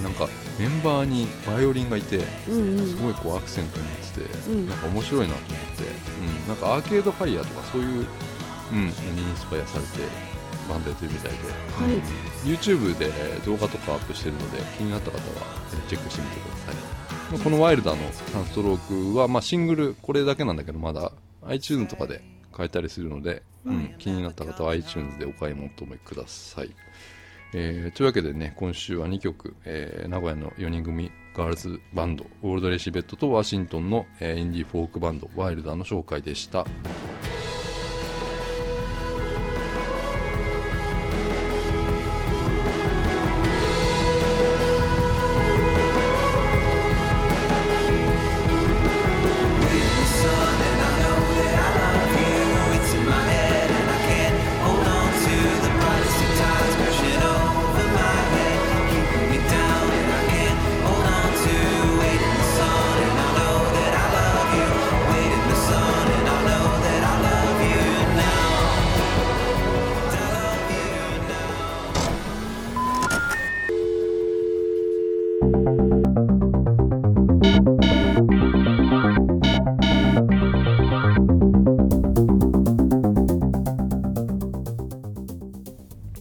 [SPEAKER 2] ね、なんかメンバーにバイオリンがいて
[SPEAKER 1] うんうん
[SPEAKER 2] すごいこうアクセントになってて、
[SPEAKER 1] うん
[SPEAKER 2] なんか面白いなと思って、うん、なんかアーケードファイヤーとかそういう、うん、のにインスパイアされてバンドやってるみたいで、
[SPEAKER 1] い
[SPEAKER 2] うん YouTube で動画とかアップしてるので気になった方はチェックしてみてくださいまあこのワイルダーの「サンストロークは」まあ、シングルこれだけなんだけどまだ iTunes とかで買えたりするので、うん、気になった方は iTunes でお買い求めくださいえーというわけでね今週は2曲、えー名古屋の4人組ガールズバンドオールドレシベットとワシントンの、えーインディーフォークバンドワイルダーの紹介でした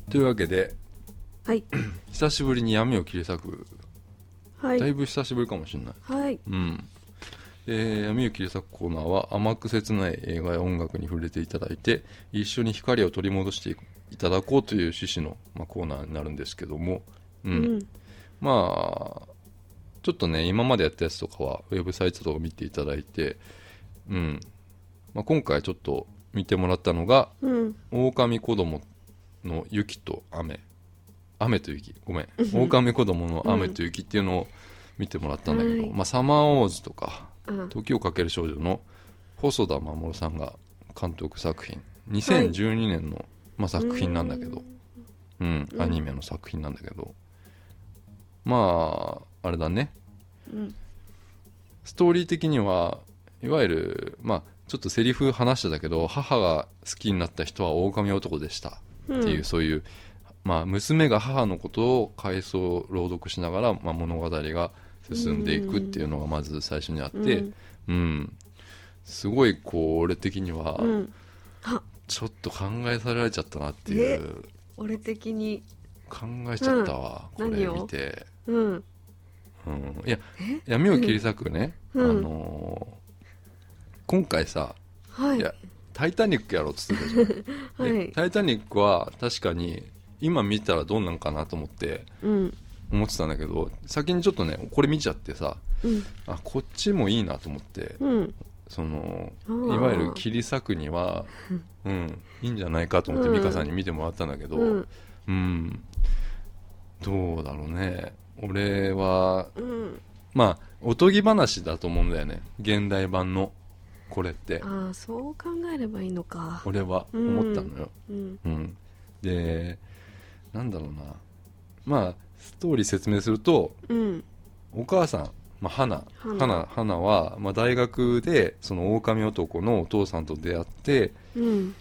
[SPEAKER 2] というわけで
[SPEAKER 1] はい
[SPEAKER 2] 久しぶりに闇を切り裂く
[SPEAKER 1] は
[SPEAKER 2] だい
[SPEAKER 1] い
[SPEAKER 2] ぶ久しぶりかもしれない
[SPEAKER 1] はい
[SPEAKER 2] うん。えー闇を切り裂くコーナーは甘く切ない映画や音楽に触れていただいて一緒に光を取り戻していただこうという趣旨の、まあ、コーナーになるんですけども、うん
[SPEAKER 1] うん
[SPEAKER 2] まあちょっとね今までやったやつとかはウェブサイトとか見ていただいて、うんまあ、今回ちょっと見てもらったのが
[SPEAKER 1] うん
[SPEAKER 2] 狼子供の雪と雨雨と雪ごめん狼子供の雨と雪っていうのを見てもらったんだけど、
[SPEAKER 1] はい
[SPEAKER 2] まあ、サマーウォーズとか
[SPEAKER 1] あ
[SPEAKER 2] 時をかける少女の細田守さんが監督作品2012年の、まあ、作品なんだけど、うん
[SPEAKER 1] うん
[SPEAKER 2] アニメの作品なんだけどまああれだね
[SPEAKER 1] うん
[SPEAKER 2] ストーリー的にはいわゆるまあちょっとセリフ話してたけど母が好きになった人は狼男でした
[SPEAKER 1] うん
[SPEAKER 2] っていう、そういう、まあ、娘が母のことを回想朗読しながら、まあ、物語が進んでいくっていうのがまず最初にあって、
[SPEAKER 1] うん
[SPEAKER 2] うんすごいこう俺的には
[SPEAKER 1] うん、
[SPEAKER 2] ちょっと考えさせられちゃったなっていう、
[SPEAKER 1] 俺的に
[SPEAKER 2] 考えちゃったわ、
[SPEAKER 1] うん
[SPEAKER 2] こ
[SPEAKER 1] 何
[SPEAKER 2] れ
[SPEAKER 1] を
[SPEAKER 2] 見て、
[SPEAKER 1] うん
[SPEAKER 2] うん、いや闇を切り裂くね、
[SPEAKER 1] うん
[SPEAKER 2] あのー今回さ
[SPEAKER 1] はい
[SPEAKER 2] いや「タイタニック」やろうっつってたじ ゃん、で
[SPEAKER 1] はい
[SPEAKER 2] タイタニック」は確かに今見たらどんなんかなと思って
[SPEAKER 1] うん
[SPEAKER 2] 思ってたんだけど先にちょっとねこれ見ちゃってさ
[SPEAKER 1] うん
[SPEAKER 2] あこっちもいいなと思って
[SPEAKER 1] うん
[SPEAKER 2] その
[SPEAKER 1] あー
[SPEAKER 2] いわゆる切り裂くには、うん、いいんじゃないかと思って
[SPEAKER 1] うん
[SPEAKER 2] 美香さんに見てもらったんだけど、
[SPEAKER 1] うん
[SPEAKER 2] うんどうだろうね俺は
[SPEAKER 1] うん
[SPEAKER 2] まあおとぎ話だと思うんだよね現代版のこれって
[SPEAKER 1] ああそう考えればいいのか
[SPEAKER 2] 俺は思ったのよ、
[SPEAKER 1] うん
[SPEAKER 2] うん、でなんだろうなまあストーリー説明すると
[SPEAKER 1] うん
[SPEAKER 2] お母さん、まあ、花
[SPEAKER 1] 花
[SPEAKER 2] 花花は、まあ、大学でその狼男のお父さんと出会って
[SPEAKER 1] うん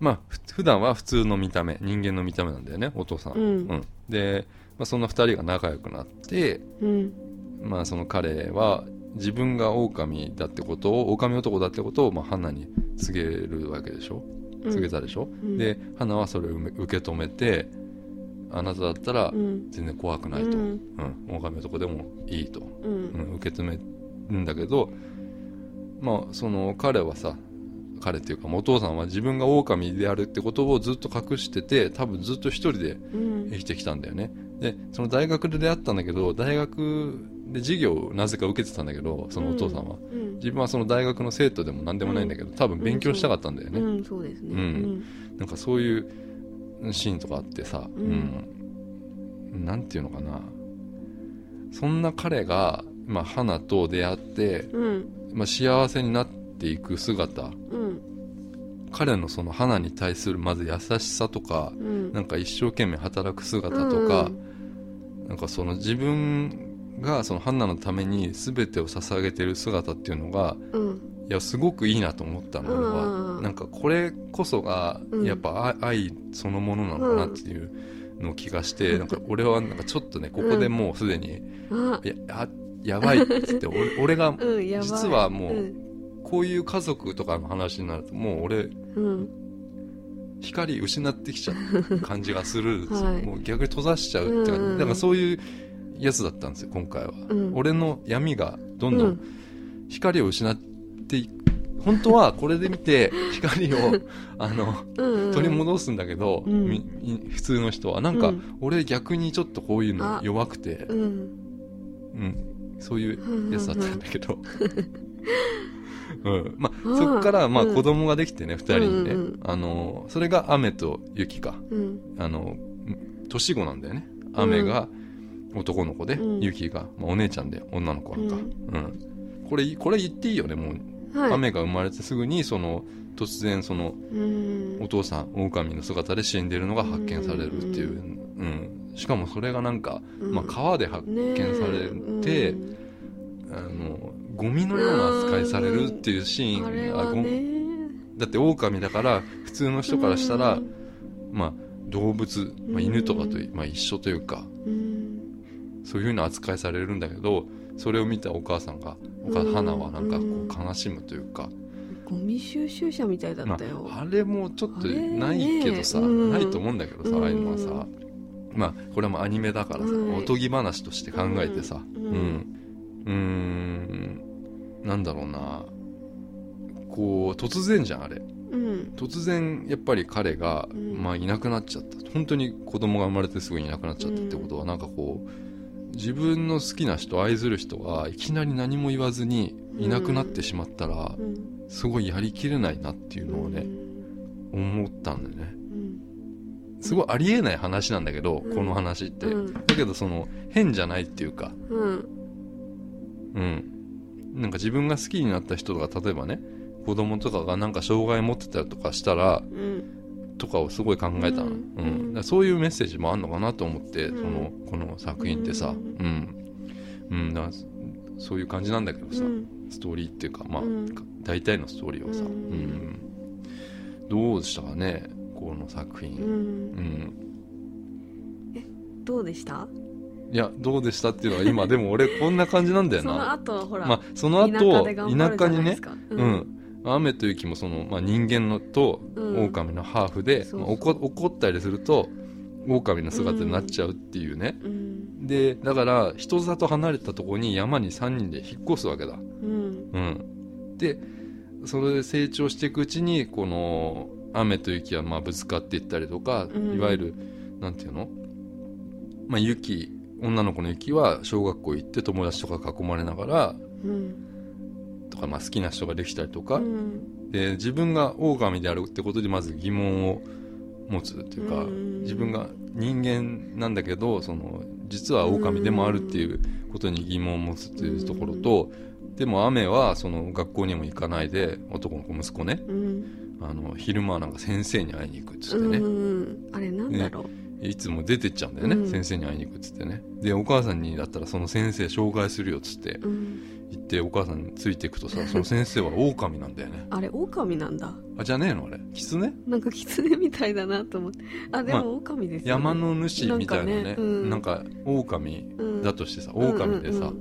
[SPEAKER 2] まあふ普段は普通の見た目人間の見た目なんだよねお父さん、
[SPEAKER 1] うん
[SPEAKER 2] で、まあ、その二人が仲良くなって、
[SPEAKER 1] うん
[SPEAKER 2] まあ、その彼は自分が狼だってことを狼男だってことを、まあ、花に告げるわけでしょ
[SPEAKER 1] うん
[SPEAKER 2] 告げたでしょ、
[SPEAKER 1] うん
[SPEAKER 2] で花はそれを受け止めてあなただったら
[SPEAKER 1] うん
[SPEAKER 2] 全然怖くな
[SPEAKER 1] う
[SPEAKER 2] いと、うん
[SPEAKER 1] ん
[SPEAKER 2] 狼男でもいいと、
[SPEAKER 1] う
[SPEAKER 2] うんん、受け止めるんだけどまあその彼はさ彼っていうかお父さんは自分が狼であるってことをずっと隠してて多分ずっと一人で
[SPEAKER 1] うん
[SPEAKER 2] 生きてきたんだよねでその大学で出会ったんだけど大学で授業をなぜか受けてたんだけどそのお父さんは、
[SPEAKER 1] うん
[SPEAKER 2] 自分はその大学の生徒でも何でもないんだけど多分勉強したかったんだよね、
[SPEAKER 1] うんそうですね
[SPEAKER 2] う
[SPEAKER 1] うんん
[SPEAKER 2] なんかそういうシーンとかあってさ、
[SPEAKER 1] う
[SPEAKER 2] うんなんていうのかなそんな彼が、まあ、花と出会って、
[SPEAKER 1] うん
[SPEAKER 2] まあ、幸せになっていく姿
[SPEAKER 1] うん
[SPEAKER 2] 彼のその花に対するまず優しさとか
[SPEAKER 1] うん
[SPEAKER 2] なんか一生懸命働く姿とか、なんかその自分がその花のために全てを捧げてる姿っていうのが
[SPEAKER 1] うん
[SPEAKER 2] いやすごくいいなと思ったの俺
[SPEAKER 1] うん
[SPEAKER 2] はなんかこれこそが
[SPEAKER 1] うん
[SPEAKER 2] やっぱあ愛そのものなのかなっていうの気がして、なんか俺はなんかちょっとねここでもうすでに、
[SPEAKER 1] あ
[SPEAKER 2] いやあやばいっつって俺俺が
[SPEAKER 1] うん やばい
[SPEAKER 2] 実はもう
[SPEAKER 1] うん
[SPEAKER 2] こういう家族とかの話になるともう俺
[SPEAKER 1] うん
[SPEAKER 2] 光失ってきちゃう感じがする、
[SPEAKER 1] はい
[SPEAKER 2] もう逆に閉ざしちゃうって感じ、
[SPEAKER 1] うんうん
[SPEAKER 2] だからそういうやつだったんですよ今回は、
[SPEAKER 1] うん
[SPEAKER 2] 俺の闇がど
[SPEAKER 1] うん
[SPEAKER 2] どん
[SPEAKER 1] ん
[SPEAKER 2] 光を失っていく本当はこれで見て光 をあの
[SPEAKER 1] うん
[SPEAKER 2] 取り戻すんだけど、
[SPEAKER 1] うん
[SPEAKER 2] みみ普通の人はなんか、
[SPEAKER 1] うん
[SPEAKER 2] 俺逆にちょっとこういうの
[SPEAKER 1] あ
[SPEAKER 2] 弱くて、
[SPEAKER 1] うん
[SPEAKER 2] うん、そういうやつだったんだけど。 うん、ま
[SPEAKER 1] う
[SPEAKER 2] あ
[SPEAKER 1] ん
[SPEAKER 2] そっからまあ
[SPEAKER 1] うん
[SPEAKER 2] 子供ができてね、二人にね、
[SPEAKER 1] うんうんうん
[SPEAKER 2] あのそれが雨と雪か
[SPEAKER 1] うん
[SPEAKER 2] あのん年子なんだよね雨が男の子で、
[SPEAKER 1] うん
[SPEAKER 2] 雪が、まあ、お姉ちゃんで女の子なんか、
[SPEAKER 1] う
[SPEAKER 2] うんこれこれ言っていいよねもう、
[SPEAKER 1] はい
[SPEAKER 2] 雨が生まれてすぐにその突然その
[SPEAKER 1] うん
[SPEAKER 2] お父さん狼の姿で死んでるのが発見されるっていう、
[SPEAKER 1] う
[SPEAKER 2] うんしかもそれがなんか、
[SPEAKER 1] うん
[SPEAKER 2] まあ、川で発見されて、
[SPEAKER 1] ね
[SPEAKER 2] あのゴミのような扱いされるっていうシ
[SPEAKER 1] え
[SPEAKER 2] ー
[SPEAKER 1] うんあ
[SPEAKER 2] ン
[SPEAKER 1] れ
[SPEAKER 2] が
[SPEAKER 1] は
[SPEAKER 2] ゴ
[SPEAKER 1] ね
[SPEAKER 2] だって狼だから普通の人からしたら、
[SPEAKER 1] うん
[SPEAKER 2] まあ、動物、ま
[SPEAKER 1] う
[SPEAKER 2] あ、
[SPEAKER 1] ん
[SPEAKER 2] 犬とかと、まあ、一緒というか
[SPEAKER 1] うん
[SPEAKER 2] そういうふうな扱いされるんだけどそれを見たお母さんがお母
[SPEAKER 1] うん
[SPEAKER 2] 花はなんかこ
[SPEAKER 1] うん
[SPEAKER 2] う悲しむというか、
[SPEAKER 1] ゴミ収集車みたいだ
[SPEAKER 2] ま
[SPEAKER 1] ったよ、
[SPEAKER 2] あ、あれもちょっと
[SPEAKER 1] あれね
[SPEAKER 2] ないけどさ、
[SPEAKER 1] うん
[SPEAKER 2] ないと思うんだけどさ、
[SPEAKER 1] うん
[SPEAKER 2] ああいうのはさ、まあ、これもアニメだからさ、
[SPEAKER 1] はい
[SPEAKER 2] おとぎ話として考えてさ、
[SPEAKER 1] うん
[SPEAKER 2] うん、うーんなんだろうなこう突然じゃんあれ
[SPEAKER 1] うん
[SPEAKER 2] 突然やっぱり彼が、
[SPEAKER 1] うん
[SPEAKER 2] まあ、いなくなっちゃった本当に子供が生まれてすぐいなくなっちゃったってことは、なんかこう自分の好きな人愛する人がいきなり何も言わずにいなくなってしまったら、
[SPEAKER 1] うん
[SPEAKER 2] すごいやりきれないなっていうのをね、思ったんだよね
[SPEAKER 1] うん
[SPEAKER 2] すごいありえない話なんだけど、
[SPEAKER 1] うん
[SPEAKER 2] この話って、
[SPEAKER 1] うん
[SPEAKER 2] だけどその変じゃないっていうか
[SPEAKER 1] うん
[SPEAKER 2] うんなんか自分が好きになった人が例えばね子供とかがなんか障害持ってたりとかしたら
[SPEAKER 1] うん
[SPEAKER 2] とかをすごい考えたの、
[SPEAKER 1] う
[SPEAKER 2] うんんだからそういうメッセージもあるのかなと思って、
[SPEAKER 1] うん
[SPEAKER 2] そのこの作品ってさ、
[SPEAKER 1] う
[SPEAKER 2] うんんうんだからそそういう感じなんだけど
[SPEAKER 1] う
[SPEAKER 2] さ、
[SPEAKER 1] ん
[SPEAKER 2] ストーリーっていうか、まあ
[SPEAKER 1] うん
[SPEAKER 2] 大体のストーリーをさ、
[SPEAKER 1] う
[SPEAKER 2] うんんどうでしたかねこの作
[SPEAKER 1] う
[SPEAKER 2] 品、
[SPEAKER 1] ん
[SPEAKER 2] うん
[SPEAKER 1] どうでした
[SPEAKER 2] いやどうでしたっていうのは今でも俺こんな感じなんだよ
[SPEAKER 1] その
[SPEAKER 2] な
[SPEAKER 1] 後はほら、
[SPEAKER 2] まあ、その後
[SPEAKER 1] 田舎で頑張る
[SPEAKER 2] 田
[SPEAKER 1] じゃない
[SPEAKER 2] 舎に
[SPEAKER 1] で
[SPEAKER 2] ね
[SPEAKER 1] す、か
[SPEAKER 2] うん雨と雪もその、まあ、人間のと
[SPEAKER 1] うん
[SPEAKER 2] 狼のハーフで、
[SPEAKER 1] そうそう
[SPEAKER 2] まあ怒怒ったりすると狼の姿になっちゃうっていうね、
[SPEAKER 1] うん
[SPEAKER 2] でだから人里離れたとこに山に3人で引っ越すわけだ、
[SPEAKER 1] うん
[SPEAKER 2] うん、でそれで成長していくうちにこの雨と雪はまあぶつかっていったりとか、
[SPEAKER 1] うん
[SPEAKER 2] いわゆるなんていうの、まあ、雪女の子の雪は小学校行って友達とか囲まれながら
[SPEAKER 1] うん
[SPEAKER 2] とか、まあ、好きな人ができたりと
[SPEAKER 1] う
[SPEAKER 2] か、
[SPEAKER 1] ん
[SPEAKER 2] で自分が狼であるってことでまず疑問を持つっていうか、
[SPEAKER 1] うん
[SPEAKER 2] 自分が人間なんだけどその実は狼でもあるっていうことに疑問を持つっていうところと、でも雨はその学校にも行かないで男の子息子ね
[SPEAKER 1] うん
[SPEAKER 2] あの昼間はなんか先生に会いに行くっつ
[SPEAKER 1] う
[SPEAKER 2] ってね、
[SPEAKER 1] んあれなんだろう
[SPEAKER 2] いつも出てっちゃうんだよね、
[SPEAKER 1] うん
[SPEAKER 2] 先生に会いに行くっつってねでお母さんにだったらその先生紹介するよっつって
[SPEAKER 1] うん
[SPEAKER 2] 言ってお母さんについていくとさその先生は狼なんだよね
[SPEAKER 1] あれ狼なんだ
[SPEAKER 2] あじゃねえのあれ狐
[SPEAKER 1] なんか狐みたいだなと思ってあでも狼ですよね
[SPEAKER 2] 山の主みたいなね
[SPEAKER 1] な
[SPEAKER 2] なんん
[SPEAKER 1] か
[SPEAKER 2] か,、
[SPEAKER 1] ねうん
[SPEAKER 2] 狼
[SPEAKER 1] うん
[SPEAKER 2] だとしてさ、狼でさ、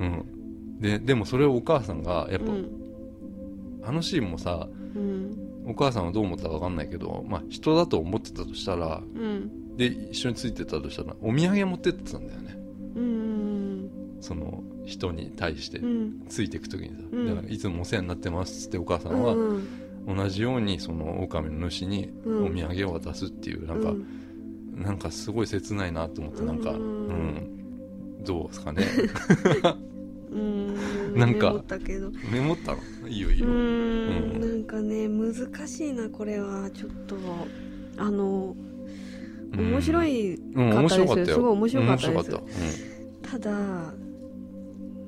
[SPEAKER 2] うんででもそれをお母さんがやっ
[SPEAKER 1] う
[SPEAKER 2] ぱ、
[SPEAKER 1] んうん
[SPEAKER 2] あのシーンもさ
[SPEAKER 1] うん
[SPEAKER 2] お母さんはどう思ったか分かんないけど、まあ、人だと思ってたとしたら
[SPEAKER 1] うん
[SPEAKER 2] で一緒についてたとしたらお土産持ってってたんだよね
[SPEAKER 1] うん
[SPEAKER 2] その人に対して
[SPEAKER 1] うん
[SPEAKER 2] ついていく時にさ、
[SPEAKER 1] うん
[SPEAKER 2] だからいつもお世話になってますっつってお母さ
[SPEAKER 1] うん
[SPEAKER 2] は
[SPEAKER 1] ん
[SPEAKER 2] 同じようにその狼の主に
[SPEAKER 1] うん
[SPEAKER 2] お土産を渡すっていうなんか、
[SPEAKER 1] うん
[SPEAKER 2] なんかすごい切ないなと思ってなんか
[SPEAKER 1] う
[SPEAKER 2] うんん、どうですかね
[SPEAKER 1] うん
[SPEAKER 2] なんか
[SPEAKER 1] 思ったけど
[SPEAKER 2] メモったのいいよいいうよ、
[SPEAKER 1] ー
[SPEAKER 2] うんん
[SPEAKER 1] なんかね難しいなこれはちょっとあの
[SPEAKER 2] うん
[SPEAKER 1] 面白い
[SPEAKER 2] うん面白かったよ
[SPEAKER 1] すごい面白かったです
[SPEAKER 2] 面白かった
[SPEAKER 1] ただあ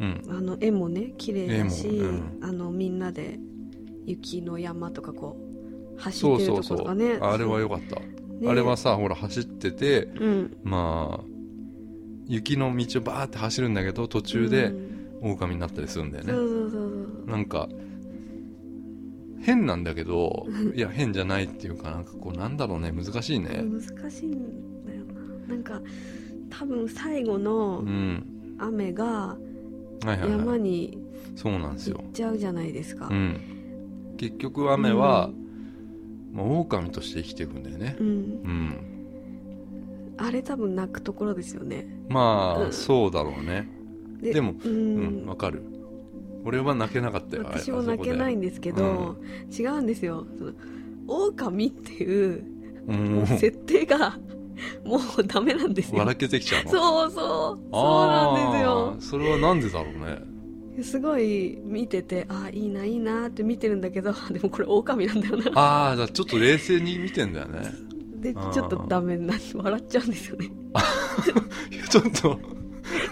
[SPEAKER 2] うん、うん
[SPEAKER 1] の絵もね綺麗だし、
[SPEAKER 2] 絵もうん
[SPEAKER 1] あのみんなで雪の山とかこう走
[SPEAKER 2] そ
[SPEAKER 1] っ
[SPEAKER 2] う
[SPEAKER 1] てる
[SPEAKER 2] そう
[SPEAKER 1] とこと
[SPEAKER 2] そう
[SPEAKER 1] かね
[SPEAKER 2] あれは良
[SPEAKER 1] か
[SPEAKER 2] かった、あれはさほら走ってて
[SPEAKER 1] うん
[SPEAKER 2] まあ雪の道をバーって走るんだけど途中で
[SPEAKER 1] うん
[SPEAKER 2] 狼になったりするんだよね、
[SPEAKER 1] そうそうそう
[SPEAKER 2] なんか変なんだけどいや変じゃないっていうかなんかこうなんだろうね難しいね
[SPEAKER 1] そう難しいんだよななんか多分最後の
[SPEAKER 2] うん
[SPEAKER 1] 雨が
[SPEAKER 2] はいはいは
[SPEAKER 1] 山
[SPEAKER 2] い
[SPEAKER 1] に
[SPEAKER 2] そうなんです
[SPEAKER 1] 行
[SPEAKER 2] よ
[SPEAKER 1] っちゃうじゃないですか、
[SPEAKER 2] うん結局雨は、まあ、狼として生きていくんだよね
[SPEAKER 1] うん、うん
[SPEAKER 2] うん
[SPEAKER 1] あれ多分泣くところですよね
[SPEAKER 2] まあ、
[SPEAKER 1] うん
[SPEAKER 2] そうだろうね
[SPEAKER 1] で
[SPEAKER 2] でも
[SPEAKER 1] う
[SPEAKER 2] うんわ、
[SPEAKER 1] ん、
[SPEAKER 2] かる俺は泣けなかったよあれ
[SPEAKER 1] 私も泣けないんですけど、違うんですよその狼っていう
[SPEAKER 2] あそこ でうん
[SPEAKER 1] 設定が、もうダメなんですよ
[SPEAKER 2] 笑けてきちゃうの
[SPEAKER 1] そうそうそう
[SPEAKER 2] あー
[SPEAKER 1] なんですよ
[SPEAKER 2] それはなんでだろうね
[SPEAKER 1] すごい見ててあいいないいなって見てるんだけど でもこれ狼なんだよな
[SPEAKER 2] ああじゃあちょっと冷静に見てんだよね
[SPEAKER 1] で
[SPEAKER 2] あー
[SPEAKER 1] ちょっとダメになって笑っちゃうんですよ ね
[SPEAKER 2] いやちょっと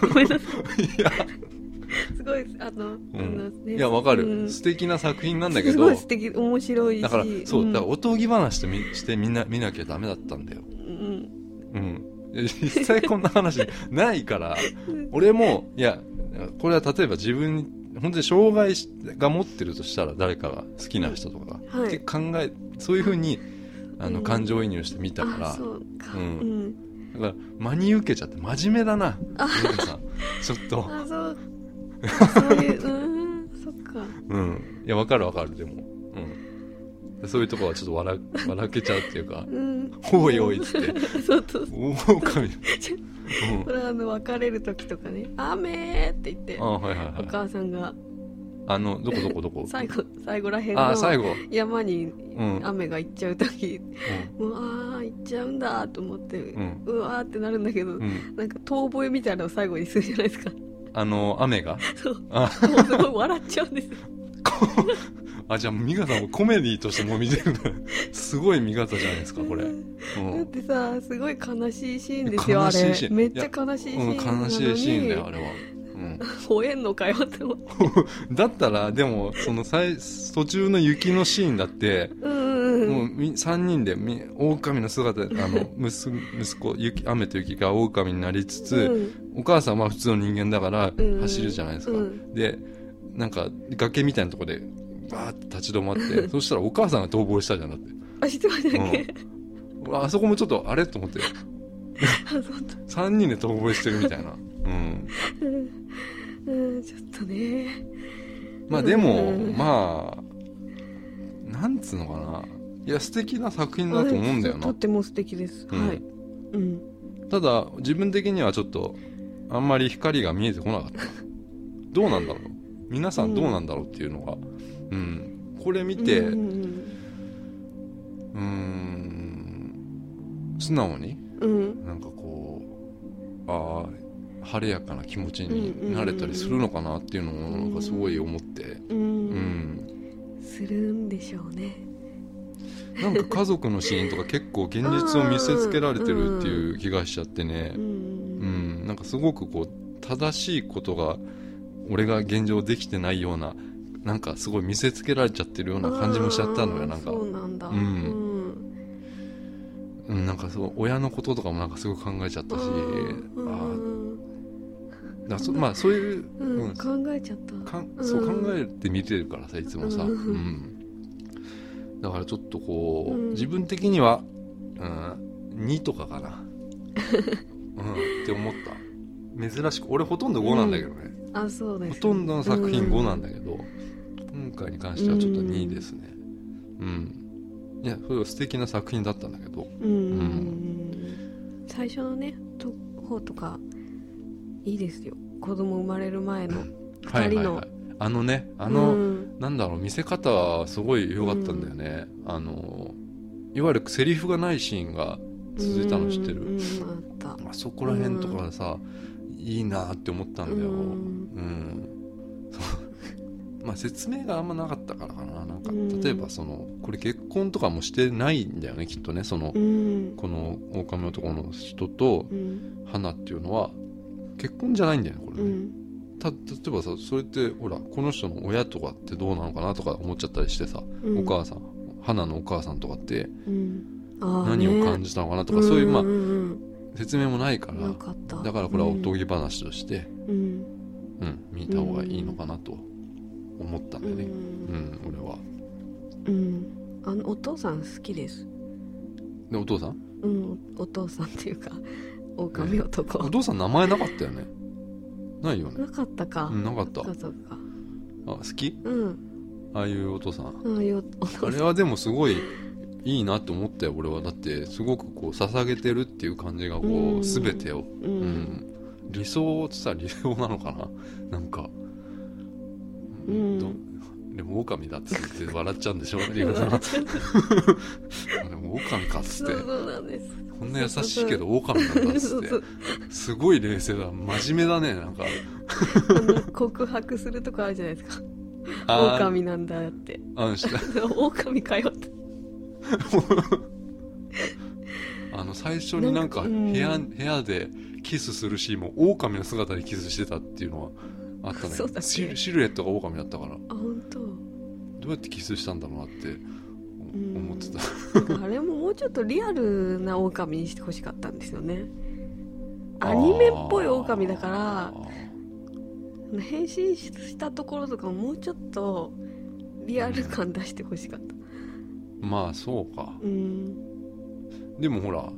[SPEAKER 1] ごめんなさ
[SPEAKER 2] いや、
[SPEAKER 1] いすごいあの、
[SPEAKER 2] う
[SPEAKER 1] あの
[SPEAKER 2] ん、
[SPEAKER 1] ね
[SPEAKER 2] いやわかる、
[SPEAKER 1] うん
[SPEAKER 2] 素敵な作品なんだけ
[SPEAKER 1] す
[SPEAKER 2] ど
[SPEAKER 1] ごい素敵面白いし
[SPEAKER 2] だからそう、
[SPEAKER 1] ん
[SPEAKER 2] だからおとぎ話とみしてみんな見なきゃダメだったんだよ
[SPEAKER 1] うん
[SPEAKER 2] うん、いや実際こんな話ない から
[SPEAKER 1] うん
[SPEAKER 2] 俺もいやこれは例えば自分に本当に障害が持ってるとしたら誰かが好きな人とかが、
[SPEAKER 1] はい
[SPEAKER 2] って考えそういうふうにあの
[SPEAKER 1] うん
[SPEAKER 2] 感情移入してみたから、
[SPEAKER 1] あそうか、
[SPEAKER 2] う
[SPEAKER 1] うんん
[SPEAKER 2] だから真に受けちゃって真面目だな美香さんちょっと、
[SPEAKER 1] あ そうそういううーんそっか
[SPEAKER 2] うん、いやわかるわかるでも、うん、そういうとこはちょっと笑笑けちゃうっていうか
[SPEAKER 1] うん
[SPEAKER 2] 「おいおい」っつって
[SPEAKER 1] そうそう
[SPEAKER 2] 「おおかみ」うん
[SPEAKER 1] これはあの別れる時とかね「雨!」って言って
[SPEAKER 2] あ
[SPEAKER 1] お
[SPEAKER 2] はいはいはい
[SPEAKER 1] 母さんが
[SPEAKER 2] あのどこどこどこ
[SPEAKER 1] 最後最後らへん
[SPEAKER 2] あ最
[SPEAKER 1] の
[SPEAKER 2] 後、
[SPEAKER 1] 山に
[SPEAKER 2] うん
[SPEAKER 1] 雨が行っちゃう時
[SPEAKER 2] うん
[SPEAKER 1] もうああ行っちゃうんだと思って
[SPEAKER 2] ん
[SPEAKER 1] うわーってなるんだけど
[SPEAKER 2] うん、
[SPEAKER 1] なんか遠吠えみたいなのを最後にするじゃないですか
[SPEAKER 2] あの雨が
[SPEAKER 1] そう
[SPEAKER 2] あ
[SPEAKER 1] もうすごい笑っちゃうんですよ
[SPEAKER 2] あじゃあ美香さんもコメディとしてもう見てるん だすごい見方じゃないですかこれ、う
[SPEAKER 1] だっ
[SPEAKER 2] ん
[SPEAKER 1] てさすごい悲しいシーンですよあ
[SPEAKER 2] 悲しいシ
[SPEAKER 1] れ
[SPEAKER 2] ーン
[SPEAKER 1] めっちゃ悲しいシーン
[SPEAKER 2] うん、
[SPEAKER 1] なのに
[SPEAKER 2] 悲しいシーンだよあれは、うんん
[SPEAKER 1] 吠えんのかよって思って
[SPEAKER 2] だったらでもその最途中の雪のシーンだって
[SPEAKER 1] うんうん
[SPEAKER 2] も
[SPEAKER 1] う
[SPEAKER 2] うんみ3人でみ狼の姿であの息 息子雪雨と雪が狼になりつつ、お母さんは普通の人間だから
[SPEAKER 1] うん
[SPEAKER 2] 走るじゃないですか、
[SPEAKER 1] うん
[SPEAKER 2] でなんか崖みたいなとこでバーって立ち止まって そしたらお母さんが逃亡したじゃんだって、
[SPEAKER 1] あ知ってましたっけ、
[SPEAKER 2] うん、あそこもちょっとあれと思って
[SPEAKER 1] あそうだ
[SPEAKER 2] 3人で逃亡してるみたいな、うん、
[SPEAKER 1] うんうんちょっとね
[SPEAKER 2] まあでも、
[SPEAKER 1] うん
[SPEAKER 2] まあなんつうのかないや素敵な作品だと思うんだよ
[SPEAKER 1] と
[SPEAKER 2] な
[SPEAKER 1] っ、ても素敵です、
[SPEAKER 2] うん
[SPEAKER 1] はいうん
[SPEAKER 2] ただ自分的にはちょっとあんまり光が見えてこなかったどうなんだろう皆さんどうなんだろうっていうのがうん、これ見て
[SPEAKER 1] う
[SPEAKER 2] うん
[SPEAKER 1] うん
[SPEAKER 2] ーん素直に
[SPEAKER 1] うんうん
[SPEAKER 2] なんかこうああ晴れやかな気持ち
[SPEAKER 1] うんうんう
[SPEAKER 2] に
[SPEAKER 1] ん
[SPEAKER 2] なれたりするのかなっていうのをなんかすごい思って
[SPEAKER 1] う
[SPEAKER 2] うんん
[SPEAKER 1] するんでしょうね
[SPEAKER 2] なんか家族のシーンとか結構現実を見せつけられてるっていう気がしちゃってね
[SPEAKER 1] うん
[SPEAKER 2] う
[SPEAKER 1] うん
[SPEAKER 2] ん、なんかすごくこう正しいことが俺が現状できてないようななんかすごい見せつけられちゃってるような感じもしちゃったの
[SPEAKER 1] あ
[SPEAKER 2] よ
[SPEAKER 1] ー
[SPEAKER 2] なんか
[SPEAKER 1] そうなんだ
[SPEAKER 2] うんうんなんかそう親のこととかもなんかすごい考えちゃったし
[SPEAKER 1] うん
[SPEAKER 2] あー
[SPEAKER 1] うん
[SPEAKER 2] だからそまあそういう、
[SPEAKER 1] うん
[SPEAKER 2] うん
[SPEAKER 1] 考えちゃった
[SPEAKER 2] かんそう
[SPEAKER 1] うん
[SPEAKER 2] 考えて見てるからさいつもさ、
[SPEAKER 1] う
[SPEAKER 2] うんんだからちょっとこう、
[SPEAKER 1] うん
[SPEAKER 2] 自分的には、うん、2とかかな、うん、って思った珍しく俺ほとんど5なんだけどね、
[SPEAKER 1] あそうです
[SPEAKER 2] ほとんどの作品
[SPEAKER 1] うん
[SPEAKER 2] 5なんだけど、今回に関してはちょっと2ですねうん、いやそれは素敵な作品だったんだけど
[SPEAKER 1] うんうんうん最初のねと方とかいいですよ子供生まれる前の
[SPEAKER 2] はい
[SPEAKER 1] 人
[SPEAKER 2] はい
[SPEAKER 1] の
[SPEAKER 2] はいあのね あ
[SPEAKER 1] あ
[SPEAKER 2] の、
[SPEAKER 1] うん
[SPEAKER 2] なんだろう見せ方はすごい良かったんだよね、あのいわゆるセリフがないシーンが続いたの知ってる、
[SPEAKER 1] うんうんあった
[SPEAKER 2] あそこら辺とかさ、いいなって思ったんだよ
[SPEAKER 1] うん
[SPEAKER 2] うん、そう まあ説明があんまなかったからかななんか
[SPEAKER 1] うん
[SPEAKER 2] 例えばそのこれ結婚とかもしてないんだよねきっとねその、
[SPEAKER 1] うん
[SPEAKER 2] この狼男の人と
[SPEAKER 1] うん
[SPEAKER 2] 花っていうのは結婚じゃないんだよねこれ
[SPEAKER 1] う
[SPEAKER 2] ね、
[SPEAKER 1] ん
[SPEAKER 2] た例えばさそれってほらこの人の親とかってどうなのかなとか思っちゃったりしてさ、
[SPEAKER 1] うん
[SPEAKER 2] お母さん花のお母さんとかって
[SPEAKER 1] うんあーね
[SPEAKER 2] 何を感じたのかなとか、そういうまあ
[SPEAKER 1] んん
[SPEAKER 2] 説明もないか
[SPEAKER 1] う
[SPEAKER 2] ら
[SPEAKER 1] んなかった
[SPEAKER 2] だからこれはおと
[SPEAKER 1] ぎ
[SPEAKER 2] ぎ話として、
[SPEAKER 1] うん
[SPEAKER 2] うん、見た方がいいのかなと思ったん
[SPEAKER 1] う
[SPEAKER 2] だよね、うん
[SPEAKER 1] ん
[SPEAKER 2] 俺は
[SPEAKER 1] うんあのお父さん好きです
[SPEAKER 2] でお父さん
[SPEAKER 1] うんお父さんっていうか狼男、
[SPEAKER 2] お父さん名前なかったよねないよね
[SPEAKER 1] なかったか、
[SPEAKER 2] うんなかった
[SPEAKER 1] そうそうか
[SPEAKER 2] あ好き
[SPEAKER 1] うん
[SPEAKER 2] ああいうお父さん
[SPEAKER 1] うんよお
[SPEAKER 2] あ
[SPEAKER 1] 父さ
[SPEAKER 2] れはでもすごいいいなと思ったよ俺はだってすごくこう捧げてるっていう感じがこう、
[SPEAKER 1] うん
[SPEAKER 2] 全て
[SPEAKER 1] ん
[SPEAKER 2] を、
[SPEAKER 1] う
[SPEAKER 2] うん
[SPEAKER 1] ん
[SPEAKER 2] 理想ってさ理想なのかななん か、
[SPEAKER 1] うん
[SPEAKER 2] どでも狼だっつって笑っちゃ うんでしょリカさんでも狼かっつっ
[SPEAKER 1] そう
[SPEAKER 2] て
[SPEAKER 1] そうなんです
[SPEAKER 2] こんな優しいけど狼なんだっつ
[SPEAKER 1] そ
[SPEAKER 2] っ
[SPEAKER 1] う
[SPEAKER 2] て
[SPEAKER 1] そう
[SPEAKER 2] すごい冷静だ真面目だねなんか
[SPEAKER 1] あの告白するとこあるじゃないですか
[SPEAKER 2] あ
[SPEAKER 1] 狼なんだって
[SPEAKER 2] ーあのした
[SPEAKER 1] 狼かよって
[SPEAKER 2] あの最初になんか
[SPEAKER 1] な
[SPEAKER 2] 部
[SPEAKER 1] んか
[SPEAKER 2] 屋,、
[SPEAKER 1] うん
[SPEAKER 2] 部屋でキスするシーンも狼の姿でキスしてたっていうのはあったね
[SPEAKER 1] そうだっけ
[SPEAKER 2] シルシルエットが狼だったから
[SPEAKER 1] あ本当
[SPEAKER 2] どうやってキスしたんだろうなって思ってた、
[SPEAKER 1] なんかあれももうちょっとリアルな狼にしてほしかったんですよねアニメっぽい狼だから
[SPEAKER 2] あー
[SPEAKER 1] 変身したところとかももうちょっとリアル感出してほしかった
[SPEAKER 2] まあそうか
[SPEAKER 1] うん
[SPEAKER 2] でもほら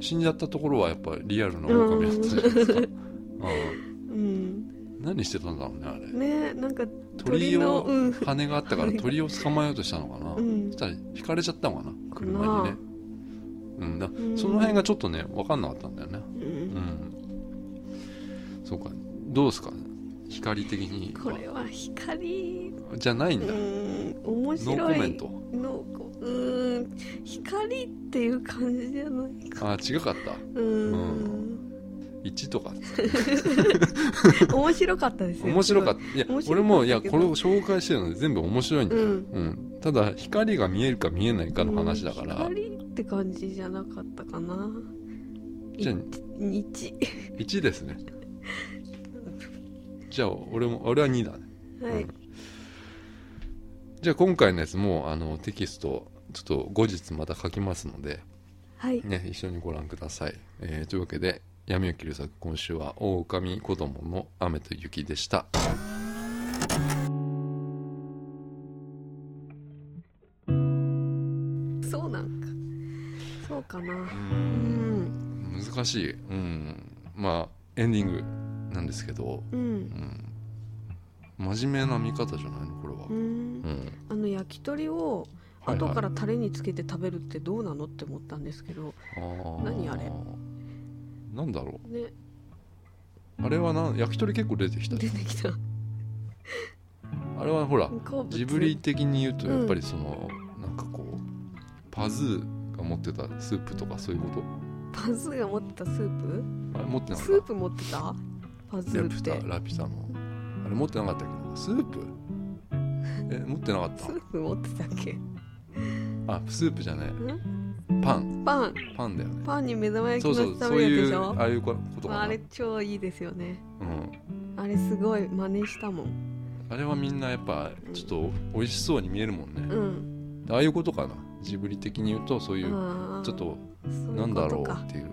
[SPEAKER 2] 死んじゃったところはやっぱりリアルな狼だったじゃないですか、う
[SPEAKER 1] う
[SPEAKER 2] ん
[SPEAKER 1] ん
[SPEAKER 2] 何してたんだろうねあれ
[SPEAKER 1] ねなんか
[SPEAKER 2] 鳥を
[SPEAKER 1] 鳥のうん
[SPEAKER 2] 羽があったから鳥を捕まえようとしたのかな、
[SPEAKER 1] うん
[SPEAKER 2] そしたら引かれちゃったのかな車にねうんだ
[SPEAKER 1] ん
[SPEAKER 2] その辺がちょっとね分かんなかったんだよね
[SPEAKER 1] う
[SPEAKER 2] うんんそうかどうですか光的に
[SPEAKER 1] これは光
[SPEAKER 2] じゃない
[SPEAKER 1] うん
[SPEAKER 2] だ、
[SPEAKER 1] ん面
[SPEAKER 2] ノー
[SPEAKER 1] 白
[SPEAKER 2] コメン
[SPEAKER 1] い
[SPEAKER 2] ト
[SPEAKER 1] のこうーん光っていう感じじゃないか
[SPEAKER 2] あー違かった
[SPEAKER 1] うーん
[SPEAKER 2] 1とか
[SPEAKER 1] 面白かったですよ
[SPEAKER 2] 面白かったいや
[SPEAKER 1] 面白かったけど
[SPEAKER 2] 俺もいやこれを紹介してるので全部面白いんだよ、
[SPEAKER 1] う
[SPEAKER 2] うんんただ光が見えるか見えないかの話だから、
[SPEAKER 1] うん光って感じじゃなかったかな
[SPEAKER 2] じゃあ
[SPEAKER 1] 1
[SPEAKER 2] 1ですねじゃあ俺も俺は2だね
[SPEAKER 1] はい、
[SPEAKER 2] うんじゃあ今回のやつもあのテキストちょっと後日また書きますので、
[SPEAKER 1] はい
[SPEAKER 2] ね、一緒にご覧ください、えーというわけで闇を切る作今週は「オオカミ子供の雨と雪」でした
[SPEAKER 1] そうなんかそうかなう
[SPEAKER 2] 難
[SPEAKER 1] ん
[SPEAKER 2] しい、うん、まあエンディングなんですけど、
[SPEAKER 1] う
[SPEAKER 2] うんん、真面目な見方じゃないのこれは
[SPEAKER 1] う、ん
[SPEAKER 2] うん、
[SPEAKER 1] あの焼き鳥を
[SPEAKER 2] はいはい
[SPEAKER 1] 後からタレにつけて食べるってどうなのって思ったんですけど
[SPEAKER 2] あー
[SPEAKER 1] 何あれ
[SPEAKER 2] なんだろ
[SPEAKER 1] ね
[SPEAKER 2] うあれはな焼き鳥結構出てきたよ
[SPEAKER 1] 出てきた
[SPEAKER 2] あれはほら
[SPEAKER 1] 好物
[SPEAKER 2] ジブリ的に言うとやっぱりその、なんかこうパズーが持ってたスープとかそういうこと
[SPEAKER 1] パズーが持ってたスープ
[SPEAKER 2] あれ持ってなか
[SPEAKER 1] スー
[SPEAKER 2] っ
[SPEAKER 1] プ持ってたパズ
[SPEAKER 2] たラピ
[SPEAKER 1] ーっ
[SPEAKER 2] ュ
[SPEAKER 1] て
[SPEAKER 2] タラピュタのあれ持ってなかったっけどス ープえ持ってなかっ
[SPEAKER 1] スープ持ってたっけ
[SPEAKER 2] たあスープじゃない
[SPEAKER 1] ん
[SPEAKER 2] パン
[SPEAKER 1] パン
[SPEAKER 2] パンだよね
[SPEAKER 1] パンに目玉焼き
[SPEAKER 2] そ
[SPEAKER 1] の
[SPEAKER 2] う
[SPEAKER 1] せ
[SPEAKER 2] そ
[SPEAKER 1] て食
[SPEAKER 2] うそう
[SPEAKER 1] べるやつ
[SPEAKER 2] い
[SPEAKER 1] でし
[SPEAKER 2] う
[SPEAKER 1] ょ
[SPEAKER 2] ああいうこ
[SPEAKER 1] ま
[SPEAKER 2] とかな
[SPEAKER 1] あ、あれ超いいですよね
[SPEAKER 2] うん、
[SPEAKER 1] あれすごい真似したもん
[SPEAKER 2] あれはみんなやっぱちょっと美味しそうに見えるもんね、
[SPEAKER 1] うん
[SPEAKER 2] ああいうことかなジブリ的に言うとそういう
[SPEAKER 1] あー
[SPEAKER 2] ちょっと
[SPEAKER 1] そういうこと
[SPEAKER 2] なんだろう
[SPEAKER 1] か
[SPEAKER 2] っていう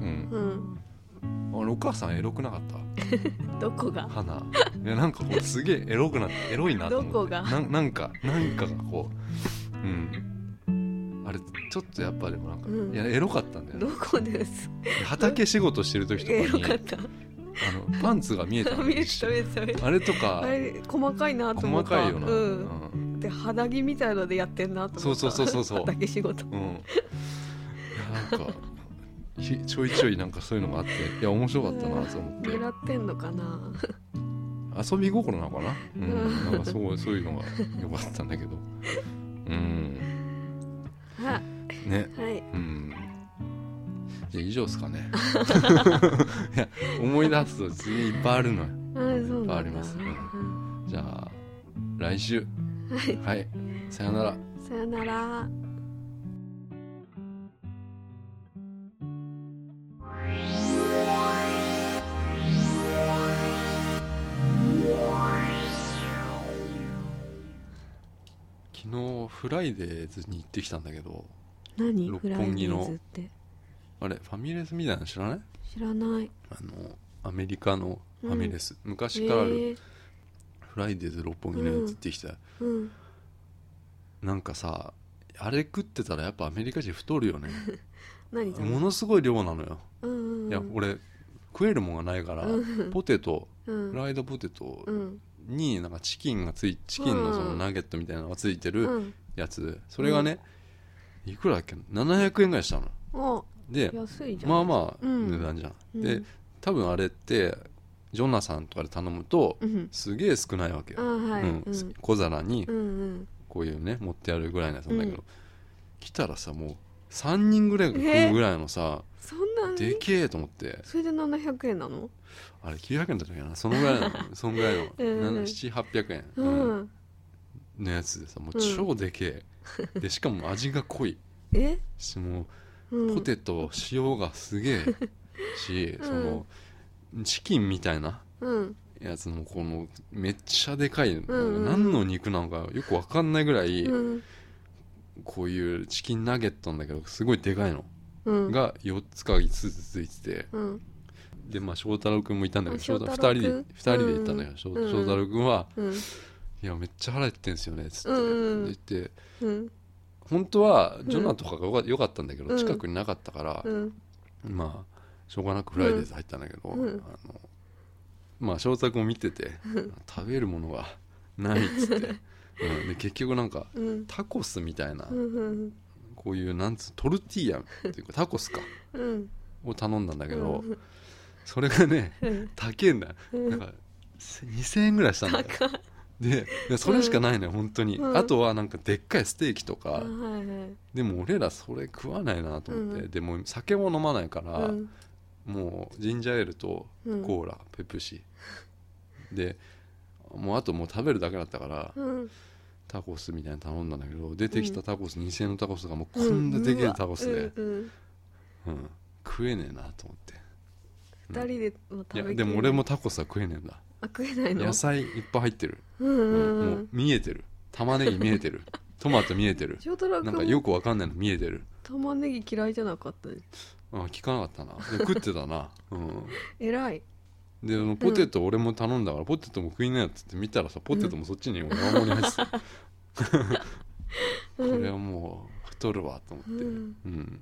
[SPEAKER 2] うん
[SPEAKER 1] うん
[SPEAKER 2] あれお母さんエロくなかった
[SPEAKER 1] どこが
[SPEAKER 2] 花いやなんかこうす げえエロくなってエロいなと思って
[SPEAKER 1] どこが
[SPEAKER 2] ななんかなんかがこううんあれちょっとやっぱでもなんか、
[SPEAKER 1] うん
[SPEAKER 2] いやエロかったんだよ
[SPEAKER 1] ど
[SPEAKER 2] ね
[SPEAKER 1] こです
[SPEAKER 2] 畑仕事してる時とか
[SPEAKER 1] エロ
[SPEAKER 2] に
[SPEAKER 1] かった
[SPEAKER 2] あのパンツが見えたの
[SPEAKER 1] 見えた 見えた見えた
[SPEAKER 2] あれとか
[SPEAKER 1] あれ細かいなと思
[SPEAKER 2] 細
[SPEAKER 1] った
[SPEAKER 2] かいよな、
[SPEAKER 1] うん
[SPEAKER 2] うん
[SPEAKER 1] で肌着みたいのでやってんなと思った
[SPEAKER 2] そうそうそうそうそう
[SPEAKER 1] 畑仕事
[SPEAKER 2] うん、いやなんかひちょいちょいなんかそういうのがあっていや面白かったなと思って
[SPEAKER 1] 狙ってんのかな
[SPEAKER 2] 遊び心なのかな,、うん
[SPEAKER 1] うん、
[SPEAKER 2] なんかそうそういうのが良かったんだけどうん
[SPEAKER 1] は
[SPEAKER 2] ね
[SPEAKER 1] はい
[SPEAKER 2] うんじゃあ以上ですかねいや思い出すと次いっぱいあるの
[SPEAKER 1] あ
[SPEAKER 2] よ
[SPEAKER 1] そうなんだ
[SPEAKER 2] いっぱいありますね
[SPEAKER 1] うん
[SPEAKER 2] じゃあ来週
[SPEAKER 1] はい
[SPEAKER 2] はいさよなら
[SPEAKER 1] さよなら
[SPEAKER 2] 昨日フライデーズに行ってきたんだけど
[SPEAKER 1] 何
[SPEAKER 2] 六
[SPEAKER 1] フライデ
[SPEAKER 2] 本木の
[SPEAKER 1] ーズって
[SPEAKER 2] あれファミレスみたいなの知らない
[SPEAKER 1] 知らない
[SPEAKER 2] あのアメリカのファミレス、昔からある
[SPEAKER 1] えー
[SPEAKER 2] フライデーズ六本木のやつってきた、
[SPEAKER 1] うん
[SPEAKER 2] なんかさあれ食ってたらやっぱアメリカ人太 るよね
[SPEAKER 1] 何だ
[SPEAKER 2] ものすごい量なのよ、
[SPEAKER 1] うんうんうん
[SPEAKER 2] いや俺食えるもんがないから、
[SPEAKER 1] うん
[SPEAKER 2] ポテト
[SPEAKER 1] うん
[SPEAKER 2] フライドポテト
[SPEAKER 1] うん
[SPEAKER 2] になんかチキンがついチキンのそうの
[SPEAKER 1] ん
[SPEAKER 2] ナゲットみたいなのがついて
[SPEAKER 1] う
[SPEAKER 2] る
[SPEAKER 1] ん
[SPEAKER 2] やつそれがね、いくらだっけ700円ぐらいしたの
[SPEAKER 1] あ
[SPEAKER 2] で
[SPEAKER 1] 安いじゃん
[SPEAKER 2] まあまあ
[SPEAKER 1] うん
[SPEAKER 2] 値段じゃん、
[SPEAKER 1] うん
[SPEAKER 2] で多分あれってジョナサンとかで頼むと、
[SPEAKER 1] うん
[SPEAKER 2] すげえ少ないわけ
[SPEAKER 1] あ
[SPEAKER 2] よ、
[SPEAKER 1] はいうん
[SPEAKER 2] うん小皿に
[SPEAKER 1] うんうん
[SPEAKER 2] こういうね持ってやるぐらいのやつなんだけど、来たらさもう3人ぐらいが食うぐらいのさ、
[SPEAKER 1] そんな
[SPEAKER 2] で
[SPEAKER 1] に
[SPEAKER 2] けえと思って
[SPEAKER 1] それで700円なの
[SPEAKER 2] あれ900円だったっけなその ぐらいのそのぐらいの、
[SPEAKER 1] うん
[SPEAKER 2] 7800円、
[SPEAKER 1] う
[SPEAKER 2] うん
[SPEAKER 1] ん
[SPEAKER 2] のやつでさも
[SPEAKER 1] う
[SPEAKER 2] う
[SPEAKER 1] ん
[SPEAKER 2] 超でけえ、でしかも味が濃い
[SPEAKER 1] え
[SPEAKER 2] しも
[SPEAKER 1] う
[SPEAKER 2] うんポテト塩がすげえし、
[SPEAKER 1] うん
[SPEAKER 2] そのチキンみたいな
[SPEAKER 1] うん
[SPEAKER 2] やつのこのめっちゃでかい、
[SPEAKER 1] んうん
[SPEAKER 2] 何の肉なのかよくわかんないぐらい、
[SPEAKER 1] うん
[SPEAKER 2] こういうチキンナゲットなんだけどすごいでかいの、
[SPEAKER 1] うん
[SPEAKER 2] が4つか5つついてて
[SPEAKER 1] うん
[SPEAKER 2] でまあ翔太郎くんもいたんだけど
[SPEAKER 1] あ
[SPEAKER 2] 翔太
[SPEAKER 1] 翔太郎
[SPEAKER 2] 2人で
[SPEAKER 1] くん
[SPEAKER 2] 2人で行ったのよ、
[SPEAKER 1] うん
[SPEAKER 2] 翔
[SPEAKER 1] うん
[SPEAKER 2] 翔太郎くんは
[SPEAKER 1] うん
[SPEAKER 2] 「いやめっちゃ腹減ってんすよね」っつって、
[SPEAKER 1] うんうん
[SPEAKER 2] で言って
[SPEAKER 1] うん
[SPEAKER 2] 本当はジョナとかがよかよかったんだけど、
[SPEAKER 1] うん
[SPEAKER 2] 近くになかったから、
[SPEAKER 1] うん
[SPEAKER 2] まあしょうがなくフライデーズ入ったんだけど、
[SPEAKER 1] うんうん
[SPEAKER 2] あのまあ翔太君を見てて食べるものがないっ つって、うん、で結局なんか
[SPEAKER 1] うん
[SPEAKER 2] タコスみたいな、
[SPEAKER 1] うん
[SPEAKER 2] こういうなんつうトルティーヤっていうかタコスか
[SPEAKER 1] うん
[SPEAKER 2] を頼んだんだけど、
[SPEAKER 1] うん
[SPEAKER 2] それがね
[SPEAKER 1] うん
[SPEAKER 2] 高えんだよ
[SPEAKER 1] うん
[SPEAKER 2] なんかせ2000円ぐらいしたんだよ
[SPEAKER 1] 高い
[SPEAKER 2] ででそれしかないのよ本当に、
[SPEAKER 1] うん
[SPEAKER 2] あとはなんかでっかいステーキと
[SPEAKER 1] あ
[SPEAKER 2] か、
[SPEAKER 1] はいはい
[SPEAKER 2] でも俺らそれ食わないなと思って、
[SPEAKER 1] うん
[SPEAKER 2] でも酒も飲まないから、
[SPEAKER 1] うん
[SPEAKER 2] もうジンジャーエールと
[SPEAKER 1] うん
[SPEAKER 2] コーラ、ペプシでもうあともう食べるだけだったから
[SPEAKER 1] うん
[SPEAKER 2] タコスみたいなの頼んだんだけど出てきたタコス、2000円のタコスがもうこんなでけえタコスで、
[SPEAKER 1] うん
[SPEAKER 2] うん食えねえなと思って
[SPEAKER 1] 二人でも
[SPEAKER 2] い
[SPEAKER 1] 食べ
[SPEAKER 2] や
[SPEAKER 1] きれ
[SPEAKER 2] でも俺もタコスは食えねえんだ
[SPEAKER 1] あ食えないの
[SPEAKER 2] 野菜いっぱい入ってる、
[SPEAKER 1] うんう
[SPEAKER 2] うん
[SPEAKER 1] う
[SPEAKER 2] もうん見えてる玉ねぎ見え てるトマト見えてる
[SPEAKER 1] 翔太郎
[SPEAKER 2] なんか
[SPEAKER 1] 君
[SPEAKER 2] よ
[SPEAKER 1] も
[SPEAKER 2] くわかんないの見えてる
[SPEAKER 1] 玉ねぎ嫌いじゃなかった
[SPEAKER 2] あ聞かなかったなで食ってたな、うん、
[SPEAKER 1] 偉い
[SPEAKER 2] であのポテト俺も頼んだから、ポテトも食いなよっつって見たらさポテトもそっちに山盛り入ってたこ
[SPEAKER 1] うん
[SPEAKER 2] れはもう太るわと思って、う
[SPEAKER 1] うんん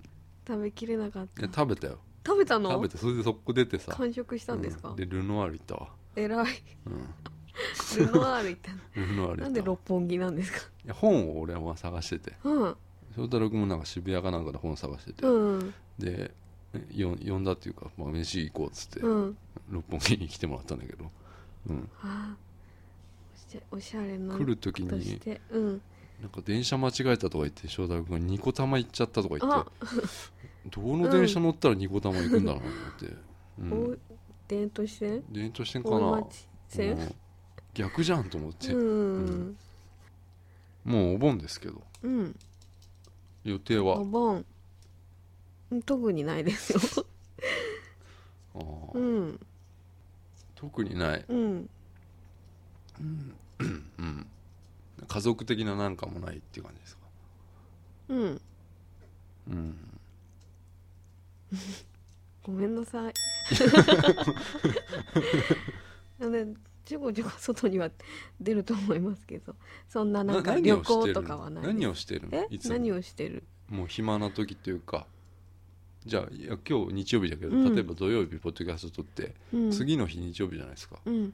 [SPEAKER 1] 食べきれなかっ
[SPEAKER 2] い
[SPEAKER 1] た
[SPEAKER 2] や食べたよ
[SPEAKER 1] 食べたの
[SPEAKER 2] 食べてそれでそこ出てさ
[SPEAKER 1] 完食したんですか、
[SPEAKER 2] うんでルノワール行った わ、
[SPEAKER 1] 偉い
[SPEAKER 2] うん、
[SPEAKER 1] ルノ ワール行ったの
[SPEAKER 2] ルノワール
[SPEAKER 1] な
[SPEAKER 2] 行
[SPEAKER 1] ん
[SPEAKER 2] っ
[SPEAKER 1] で
[SPEAKER 2] たわ
[SPEAKER 1] 六本木なんですか
[SPEAKER 2] いや本を俺は探してて
[SPEAKER 1] うん
[SPEAKER 2] 翔太郎君もなんか渋谷かなんかで本探してて、
[SPEAKER 1] うん
[SPEAKER 2] でねよ呼んだっていうか、まあ、飯行こうっつって、
[SPEAKER 1] うん
[SPEAKER 2] 六本木に来てもらったんだけど、うん、
[SPEAKER 1] あおしゃおしゃれな
[SPEAKER 2] 来る時
[SPEAKER 1] とし
[SPEAKER 2] に
[SPEAKER 1] てうん
[SPEAKER 2] なんか電車間違えたとか言って翔太君が二子玉行っちゃったとか言っ
[SPEAKER 1] あ
[SPEAKER 2] て どの電車乗ったら二子玉行くんだろうなと思って、う
[SPEAKER 1] お
[SPEAKER 2] ん、
[SPEAKER 1] 電都市線
[SPEAKER 2] 電車してんかな、
[SPEAKER 1] 大
[SPEAKER 2] うん
[SPEAKER 1] 町線
[SPEAKER 2] 逆じゃんと思って、
[SPEAKER 1] うん
[SPEAKER 2] もうお盆ですけど
[SPEAKER 1] うん
[SPEAKER 2] 予定
[SPEAKER 1] お
[SPEAKER 2] は
[SPEAKER 1] 盆うん特にないですよ
[SPEAKER 2] あー
[SPEAKER 1] うん
[SPEAKER 2] 特にない、
[SPEAKER 1] うん
[SPEAKER 2] うん、家族的ななんかもないっていう感じですか
[SPEAKER 1] うん
[SPEAKER 2] うん
[SPEAKER 1] ごめんな さいなんでちょこちょこ外には出ると思いますけどそんななんか
[SPEAKER 2] 何
[SPEAKER 1] 旅
[SPEAKER 2] をして
[SPEAKER 1] 行
[SPEAKER 2] る
[SPEAKER 1] と
[SPEAKER 2] の
[SPEAKER 1] かはないです
[SPEAKER 2] 何をしてるの
[SPEAKER 1] え
[SPEAKER 2] いつも
[SPEAKER 1] 何をしてる
[SPEAKER 2] もう暇な時というかじゃあいや今日日曜日だけど、
[SPEAKER 1] うん
[SPEAKER 2] 例えば土曜日ポッドキャスト撮って、
[SPEAKER 1] うん
[SPEAKER 2] 次の日日曜日じゃないですか
[SPEAKER 1] うん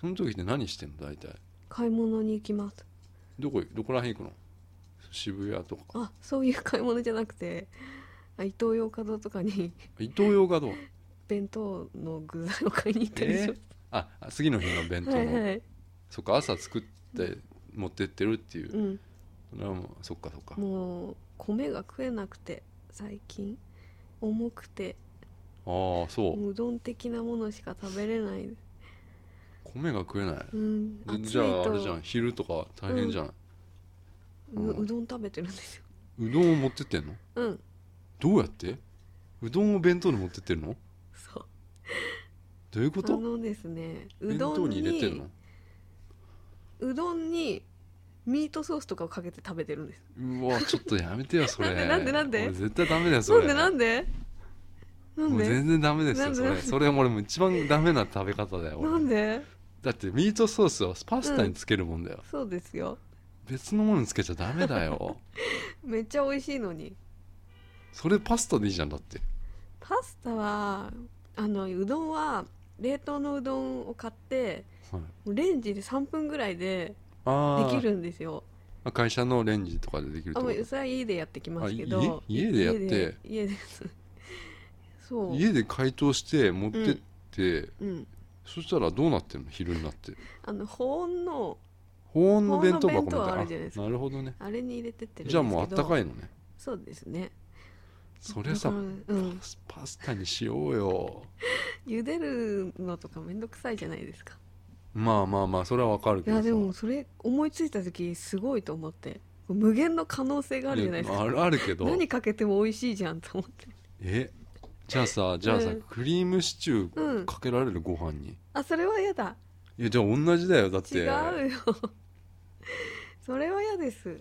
[SPEAKER 2] その時って何してんの大体
[SPEAKER 1] 買い物に行きます
[SPEAKER 2] どこどこら辺行くの渋谷とか
[SPEAKER 1] あそういう買い物じゃなくてあ伊東洋華堂とかに
[SPEAKER 2] 伊東洋華堂
[SPEAKER 1] 弁当の具材を買いに行ったりします、
[SPEAKER 2] ああ次の日の弁当の、
[SPEAKER 1] はいはい
[SPEAKER 2] そっか朝作って持ってってるっていう、
[SPEAKER 1] うん
[SPEAKER 2] それはもうそっかそっか
[SPEAKER 1] もう米が食えなくて最近重くて
[SPEAKER 2] ああそ
[SPEAKER 1] も
[SPEAKER 2] う、
[SPEAKER 1] ううどん的なものしか食べれない、
[SPEAKER 2] 米が食えない
[SPEAKER 1] うん、
[SPEAKER 2] で
[SPEAKER 1] 暑い
[SPEAKER 2] じゃああれじゃ
[SPEAKER 1] と
[SPEAKER 2] ん昼とか大変じゃない、
[SPEAKER 1] ううどん食べてるんですよ
[SPEAKER 2] うどんを持ってってんの
[SPEAKER 1] うん
[SPEAKER 2] どうやってうどんを弁当に持ってってるの
[SPEAKER 1] そう
[SPEAKER 2] どういうこ
[SPEAKER 1] あ
[SPEAKER 2] と
[SPEAKER 1] のですねう
[SPEAKER 2] 弁
[SPEAKER 1] どん
[SPEAKER 2] 当に
[SPEAKER 1] に
[SPEAKER 2] 入れてんの
[SPEAKER 1] うどんにミートソースとかをかけて食べてるんです
[SPEAKER 2] うわちょっとやめてよそれ
[SPEAKER 1] なんでなんでなんで
[SPEAKER 2] 俺絶対ダメだよそ
[SPEAKER 1] な
[SPEAKER 2] れ
[SPEAKER 1] んでなんでなん
[SPEAKER 2] もう
[SPEAKER 1] で
[SPEAKER 2] 全然ダメです
[SPEAKER 1] な
[SPEAKER 2] よ
[SPEAKER 1] ん
[SPEAKER 2] そ
[SPEAKER 1] でなん
[SPEAKER 2] れ
[SPEAKER 1] で
[SPEAKER 2] それ俺もう一番ダメな食べ方だよ俺
[SPEAKER 1] なんで
[SPEAKER 2] だってミートソースはパスタにつけるもんだよ、
[SPEAKER 1] そうですよ
[SPEAKER 2] 別のものにつけちゃダメ だよ
[SPEAKER 1] めっちゃ美味しいのに
[SPEAKER 2] それパスタでいいじゃんだって
[SPEAKER 1] パスタはあのうどんは冷凍のうどんを買って
[SPEAKER 2] はい
[SPEAKER 1] もうレンジで3分ぐらいで
[SPEAKER 2] あ
[SPEAKER 1] で
[SPEAKER 2] あ
[SPEAKER 1] きるんですよ
[SPEAKER 2] 会社のレンジとかでできる
[SPEAKER 1] あ
[SPEAKER 2] と
[SPEAKER 1] も
[SPEAKER 2] 思
[SPEAKER 1] う
[SPEAKER 2] う
[SPEAKER 1] それは家でやってきますけ
[SPEAKER 2] あ
[SPEAKER 1] ど
[SPEAKER 2] 家家でやって
[SPEAKER 1] 家で家です そう
[SPEAKER 2] 家で解凍して持ってって、
[SPEAKER 1] うん
[SPEAKER 2] そしたらどうなってるの昼になって
[SPEAKER 1] あの保温の
[SPEAKER 2] 保温の弁当箱みたい
[SPEAKER 1] 保温の弁当
[SPEAKER 2] な
[SPEAKER 1] あるじゃないですか
[SPEAKER 2] なるほどね
[SPEAKER 1] あれに入れてってるんですけど
[SPEAKER 2] じゃあもうあったか
[SPEAKER 1] い
[SPEAKER 2] いのね
[SPEAKER 1] そうですね
[SPEAKER 2] それさ
[SPEAKER 1] だからうん
[SPEAKER 2] パスパスタにしようよ
[SPEAKER 1] 茹でるのとかめんどくさいじゃないですか
[SPEAKER 2] まあまあまあそれはわかる
[SPEAKER 1] い
[SPEAKER 2] けど
[SPEAKER 1] や
[SPEAKER 2] さ
[SPEAKER 1] でもそれ思いついた時すごいと思って無限の可能性があるじゃないです
[SPEAKER 2] や
[SPEAKER 1] か
[SPEAKER 2] あるあるけど
[SPEAKER 1] 何かけても美味しいじゃんと思って
[SPEAKER 2] えじゃあさじゃあさ、
[SPEAKER 1] うん
[SPEAKER 2] クリームシチュ
[SPEAKER 1] う
[SPEAKER 2] ー
[SPEAKER 1] ん
[SPEAKER 2] かけられるご飯に
[SPEAKER 1] あそれは嫌だ
[SPEAKER 2] いやじゃあ同じだよだっ
[SPEAKER 1] 違
[SPEAKER 2] て
[SPEAKER 1] うよ それは嫌です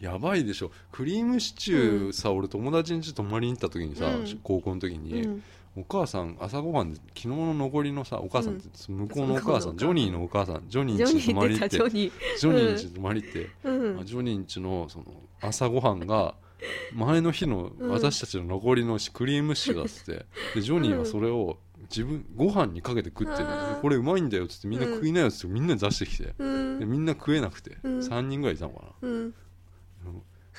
[SPEAKER 2] やばいでしょクリームシチューさ、俺友達に泊まりに行った時にさ、
[SPEAKER 1] うん
[SPEAKER 2] 高校の時
[SPEAKER 1] う
[SPEAKER 2] に、
[SPEAKER 1] ん
[SPEAKER 2] お母さん朝ごはんで昨日の残りのさお母さんって、向こうのお母さんジ
[SPEAKER 1] そ
[SPEAKER 2] ョ
[SPEAKER 1] う
[SPEAKER 2] ニーのお母さんジョニ
[SPEAKER 1] ジ
[SPEAKER 2] ー
[SPEAKER 1] ョ
[SPEAKER 2] ん
[SPEAKER 1] ニ
[SPEAKER 2] に泊ま
[SPEAKER 1] ー
[SPEAKER 2] り
[SPEAKER 1] 出
[SPEAKER 2] 行ったて
[SPEAKER 1] ジ
[SPEAKER 2] ジ
[SPEAKER 1] ョニー
[SPEAKER 2] ョニーんちに泊まり行って、
[SPEAKER 1] うん
[SPEAKER 2] あジョニーんちのその朝ごはん が前の日の
[SPEAKER 1] うん
[SPEAKER 2] 私たちの残りのクリームシチューだっつって、でジョニーはそれを自分ご飯にかけて食ってる
[SPEAKER 1] あー
[SPEAKER 2] これうまいんだよっつってみんな食いなよっつってみんなに出してきて、
[SPEAKER 1] う
[SPEAKER 2] で
[SPEAKER 1] ん
[SPEAKER 2] みんな食えなくて、
[SPEAKER 1] うん
[SPEAKER 2] 3人ぐらいいたのかな
[SPEAKER 1] うん
[SPEAKER 2] うん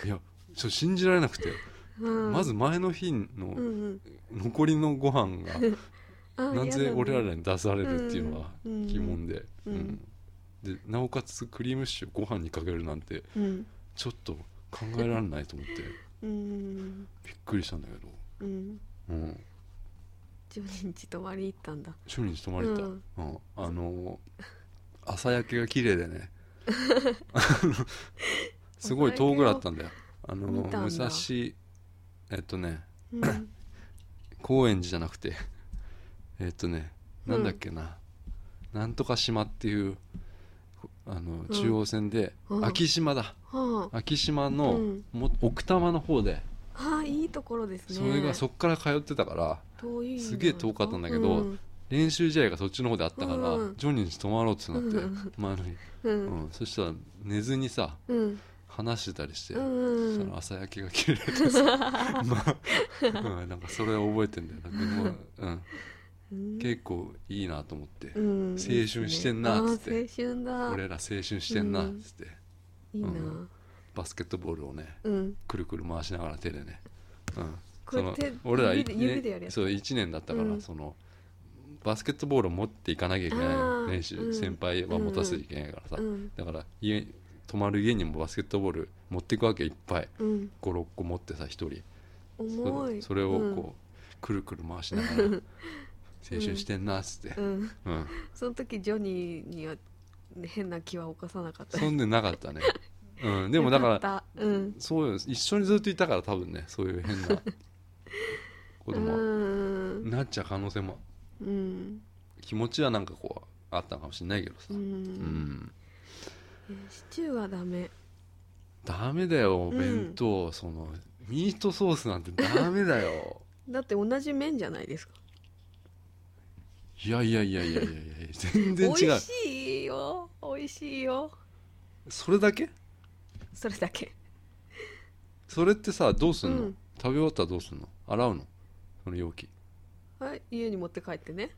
[SPEAKER 2] いやちょっと信じられなくて、
[SPEAKER 1] うん
[SPEAKER 2] まず前の日
[SPEAKER 1] うん
[SPEAKER 2] の
[SPEAKER 1] うん
[SPEAKER 2] 残りのご飯が
[SPEAKER 1] あ
[SPEAKER 2] な
[SPEAKER 1] 嫌だ
[SPEAKER 2] ぜ
[SPEAKER 1] ね
[SPEAKER 2] 俺らに出されるっていうのが
[SPEAKER 1] うん
[SPEAKER 2] 疑問で,、う
[SPEAKER 1] うんん
[SPEAKER 2] でなおかつクリームシチューご飯にかけるなんて
[SPEAKER 1] うん
[SPEAKER 2] ちょっと考えられないと思って
[SPEAKER 1] うん
[SPEAKER 2] びっくりしたんだけど、
[SPEAKER 1] うん
[SPEAKER 2] うん、
[SPEAKER 1] ジョニーんち泊まり行ったんだ
[SPEAKER 2] 週に泊まれた、う
[SPEAKER 1] うんん
[SPEAKER 2] あの朝焼けが綺麗 でねすごい遠くだったんだよあの
[SPEAKER 1] 見たん
[SPEAKER 2] 武
[SPEAKER 1] だ
[SPEAKER 2] 蔵えっとね
[SPEAKER 1] うん
[SPEAKER 2] 高円寺じゃなくてえーっとね
[SPEAKER 1] うん
[SPEAKER 2] なんだっけな、なんとか島っていうあの
[SPEAKER 1] ん
[SPEAKER 2] 中央線で、
[SPEAKER 1] うん
[SPEAKER 2] 昭島だ
[SPEAKER 1] はあ
[SPEAKER 2] 昭島
[SPEAKER 1] う
[SPEAKER 2] の
[SPEAKER 1] ん
[SPEAKER 2] も奥多摩の方で、
[SPEAKER 1] はあいいところですね
[SPEAKER 2] それがそっから通ってたから
[SPEAKER 1] 遠いんだ
[SPEAKER 2] すげえ遠かったんだけど
[SPEAKER 1] うん
[SPEAKER 2] 練習試合がそっちの方であったから、
[SPEAKER 1] うん
[SPEAKER 2] ジョニーに泊まろうってなって、
[SPEAKER 1] うん
[SPEAKER 2] 前の日、
[SPEAKER 1] う
[SPEAKER 2] うんんそしたら寝ずにさ
[SPEAKER 1] うん
[SPEAKER 2] 話してたりして、
[SPEAKER 1] うん
[SPEAKER 2] そした
[SPEAKER 1] う
[SPEAKER 2] ら
[SPEAKER 1] ん
[SPEAKER 2] 朝焼けが綺麗で さ、まあうん、なんかそれは覚えてんだよなでも、うん、
[SPEAKER 1] うん
[SPEAKER 2] 結構いいなと思って、
[SPEAKER 1] うん
[SPEAKER 2] 青春してんなっつって
[SPEAKER 1] あー青春だ
[SPEAKER 2] 俺ら青春してんなっつって、
[SPEAKER 1] いいな、
[SPEAKER 2] うんバスケットボールをね
[SPEAKER 1] うん、
[SPEAKER 2] くるくる回しながら手でね、うん、
[SPEAKER 1] これ手
[SPEAKER 2] 俺ら
[SPEAKER 1] 指で
[SPEAKER 2] いね
[SPEAKER 1] 指でやるやつ
[SPEAKER 2] そう1年だったから、
[SPEAKER 1] うん
[SPEAKER 2] そのバスケットボールを持っていかなきゃいけ
[SPEAKER 1] あ
[SPEAKER 2] な
[SPEAKER 1] ー
[SPEAKER 2] い練習、
[SPEAKER 1] うん
[SPEAKER 2] 先輩は持たせていけないからさ、
[SPEAKER 1] うん
[SPEAKER 2] だから家泊まる家にもバスケットボール持っていくわけいっぱい
[SPEAKER 1] うん、
[SPEAKER 2] 56個持ってさ1人
[SPEAKER 1] 重
[SPEAKER 2] そ
[SPEAKER 1] い
[SPEAKER 2] それをこう、
[SPEAKER 1] うん
[SPEAKER 2] くるくる回しなが ら青春してんなっつっ
[SPEAKER 1] う
[SPEAKER 2] て、
[SPEAKER 1] ん、
[SPEAKER 2] うん、
[SPEAKER 1] その時ジョニーには変な気は起こさなかった
[SPEAKER 2] そんでなかったね、うん、でもだから
[SPEAKER 1] らうん
[SPEAKER 2] そうよ一緒にずっといたから多分ねそういう変な子供は
[SPEAKER 1] うん
[SPEAKER 2] なっちゃう可能性も
[SPEAKER 1] うん
[SPEAKER 2] 気持ちはなんかこうあったのかもしれないけどさ、
[SPEAKER 1] う
[SPEAKER 2] うん
[SPEAKER 1] んシチューはダメ
[SPEAKER 2] ダメだよお
[SPEAKER 1] うん
[SPEAKER 2] 弁当、そのミートソースなんてダメだよ
[SPEAKER 1] だって同じ麺じゃないですか
[SPEAKER 2] いやいやいやいやいやいや 全
[SPEAKER 1] 美
[SPEAKER 2] 然違
[SPEAKER 1] 味
[SPEAKER 2] う
[SPEAKER 1] しいよ美味しいよ
[SPEAKER 2] それだけ
[SPEAKER 1] それだけ
[SPEAKER 2] それってさどうすんの、
[SPEAKER 1] うん
[SPEAKER 2] 食べ終わったらどうすんの洗うのその容器
[SPEAKER 1] はい家に持って帰ってね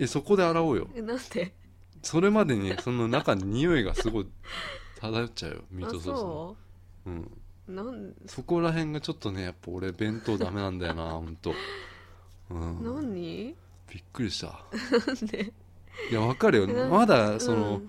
[SPEAKER 2] えそこで洗おうよ
[SPEAKER 1] えなんで
[SPEAKER 2] それまで にその中に匂いがすごい漂っちゃうよミー
[SPEAKER 1] あ
[SPEAKER 2] トソースの、
[SPEAKER 1] そう
[SPEAKER 2] ん、
[SPEAKER 1] うなん
[SPEAKER 2] そこら辺がちょっとねやっぱ俺弁当ダメなんだよな ほんと、うん、
[SPEAKER 1] 何
[SPEAKER 2] びっくりした
[SPEAKER 1] なんで
[SPEAKER 2] いやわかるよ
[SPEAKER 1] うん
[SPEAKER 2] まだその、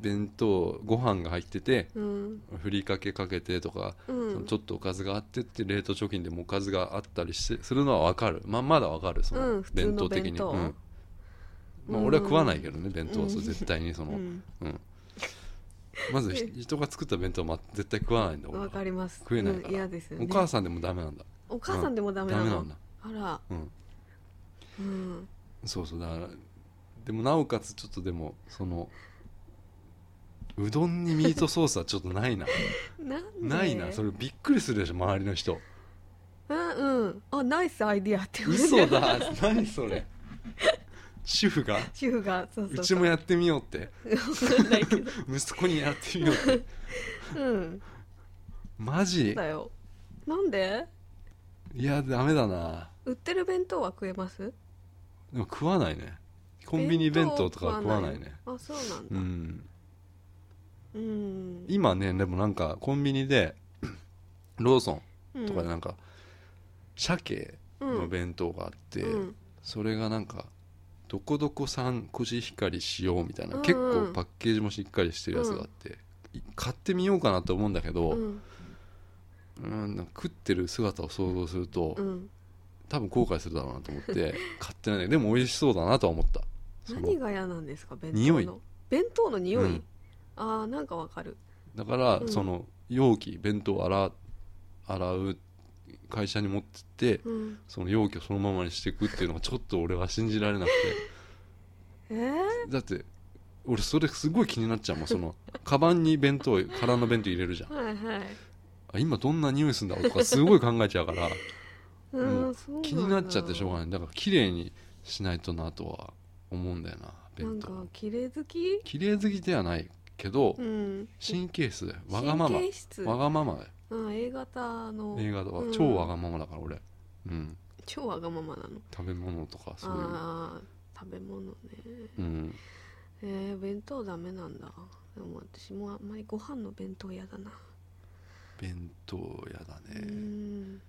[SPEAKER 2] 弁当ご飯が入ってて
[SPEAKER 1] うん
[SPEAKER 2] ふりかけかけてとか、
[SPEAKER 1] うん
[SPEAKER 2] そのちょっとおかずがあってって冷凍貯金でもおかずがあったりしてするのはわかるままだわかるそ
[SPEAKER 1] うん
[SPEAKER 2] の
[SPEAKER 1] 普通
[SPEAKER 2] 弁
[SPEAKER 1] の弁
[SPEAKER 2] 当
[SPEAKER 1] 当
[SPEAKER 2] 的に、うんまあ、
[SPEAKER 1] うん
[SPEAKER 2] 俺は食わないけどね弁当はそう
[SPEAKER 1] うん
[SPEAKER 2] 絶対にその、
[SPEAKER 1] う
[SPEAKER 2] うん
[SPEAKER 1] ん
[SPEAKER 2] ま ずひ人が作った弁当はま絶対食わないんだ俺
[SPEAKER 1] わか
[SPEAKER 2] は
[SPEAKER 1] ります
[SPEAKER 2] 食えないから
[SPEAKER 1] うん嫌ですよね
[SPEAKER 2] お母さんでもダメなんだ
[SPEAKER 1] お母さんでもダメな
[SPEAKER 2] ダメ
[SPEAKER 1] の
[SPEAKER 2] なんだ
[SPEAKER 1] あら
[SPEAKER 2] うん
[SPEAKER 1] うん
[SPEAKER 2] そうそうだからでもなおかつちょっとでもそのうどんにミートソースはちょっとないな
[SPEAKER 1] なんで
[SPEAKER 2] ないなそれびっくりするでしょ周り の人
[SPEAKER 1] うんうんあナイスアイディアって言われて
[SPEAKER 2] 嘘だ何 それ主婦が
[SPEAKER 1] 主婦がそうそう
[SPEAKER 2] う
[SPEAKER 1] そう
[SPEAKER 2] ちもやってみようって
[SPEAKER 1] わかんないけ ど
[SPEAKER 2] 息子にやってみようって
[SPEAKER 1] うん
[SPEAKER 2] マジ
[SPEAKER 1] だよなんで
[SPEAKER 2] いやダメだな
[SPEAKER 1] 売ってる弁当は食えます
[SPEAKER 2] でも食わないねコンビニ弁当とかは食わない
[SPEAKER 1] 弁
[SPEAKER 2] ね
[SPEAKER 1] 当は食わないあそうなん
[SPEAKER 2] う
[SPEAKER 1] だ
[SPEAKER 2] ん
[SPEAKER 1] うん
[SPEAKER 2] 今ねでもなんかコンビニで ローソ
[SPEAKER 1] うん
[SPEAKER 2] ンとかでなんか、鮭の弁当があって、
[SPEAKER 1] うん
[SPEAKER 2] それがなんか「どこどこさんコシヒカリしよう」みたいな、
[SPEAKER 1] うんうん
[SPEAKER 2] 結構パッケージもしっかりしてるやつがあって、い買ってみようかなと思うんだけど、
[SPEAKER 1] う
[SPEAKER 2] うん
[SPEAKER 1] ん
[SPEAKER 2] なんか食ってる姿を想像すると、
[SPEAKER 1] うん
[SPEAKER 2] 多分後悔するだろうなと思って 買ってないんだけどでも美味しそうだなとは思ったその
[SPEAKER 1] 何が嫌なんですか弁当の
[SPEAKER 2] 匂い
[SPEAKER 1] 弁当の匂い、
[SPEAKER 2] うん
[SPEAKER 1] あーなんかわかる
[SPEAKER 2] だから、
[SPEAKER 1] うん
[SPEAKER 2] その容器弁当洗う洗う会社に持ってって
[SPEAKER 1] うん
[SPEAKER 2] その容器をそのままにしていくっていうのがちょっと俺は信じられなくて。
[SPEAKER 1] えー、
[SPEAKER 2] だって俺それすごい気になっちゃうもんそのカバンに弁当空の弁当入れるじゃん
[SPEAKER 1] はいはい
[SPEAKER 2] あ今どんな匂いするんだろうとかすごい考えちゃう から
[SPEAKER 1] う
[SPEAKER 2] うん
[SPEAKER 1] そうなんだ
[SPEAKER 2] 気になっちゃってしょうがないだから綺麗にしないとなとは思うんだよな
[SPEAKER 1] なん
[SPEAKER 2] 弁
[SPEAKER 1] か
[SPEAKER 2] 当
[SPEAKER 1] 綺麗好き
[SPEAKER 2] 綺麗好きではないけど
[SPEAKER 1] うん
[SPEAKER 2] 神経質だよわがまま
[SPEAKER 1] 神経質
[SPEAKER 2] わがままだよ
[SPEAKER 1] うん A 型の
[SPEAKER 2] 映画とか
[SPEAKER 1] うん
[SPEAKER 2] 超わがままだから俺うん
[SPEAKER 1] 超わがままなの
[SPEAKER 2] 食べ物とかそういう
[SPEAKER 1] ああ食べ物ね
[SPEAKER 2] うん
[SPEAKER 1] えー、弁当ダメなんだでも私もあんまりご飯の弁当嫌だな、
[SPEAKER 2] 弁当やだ
[SPEAKER 1] う
[SPEAKER 2] ね
[SPEAKER 1] ん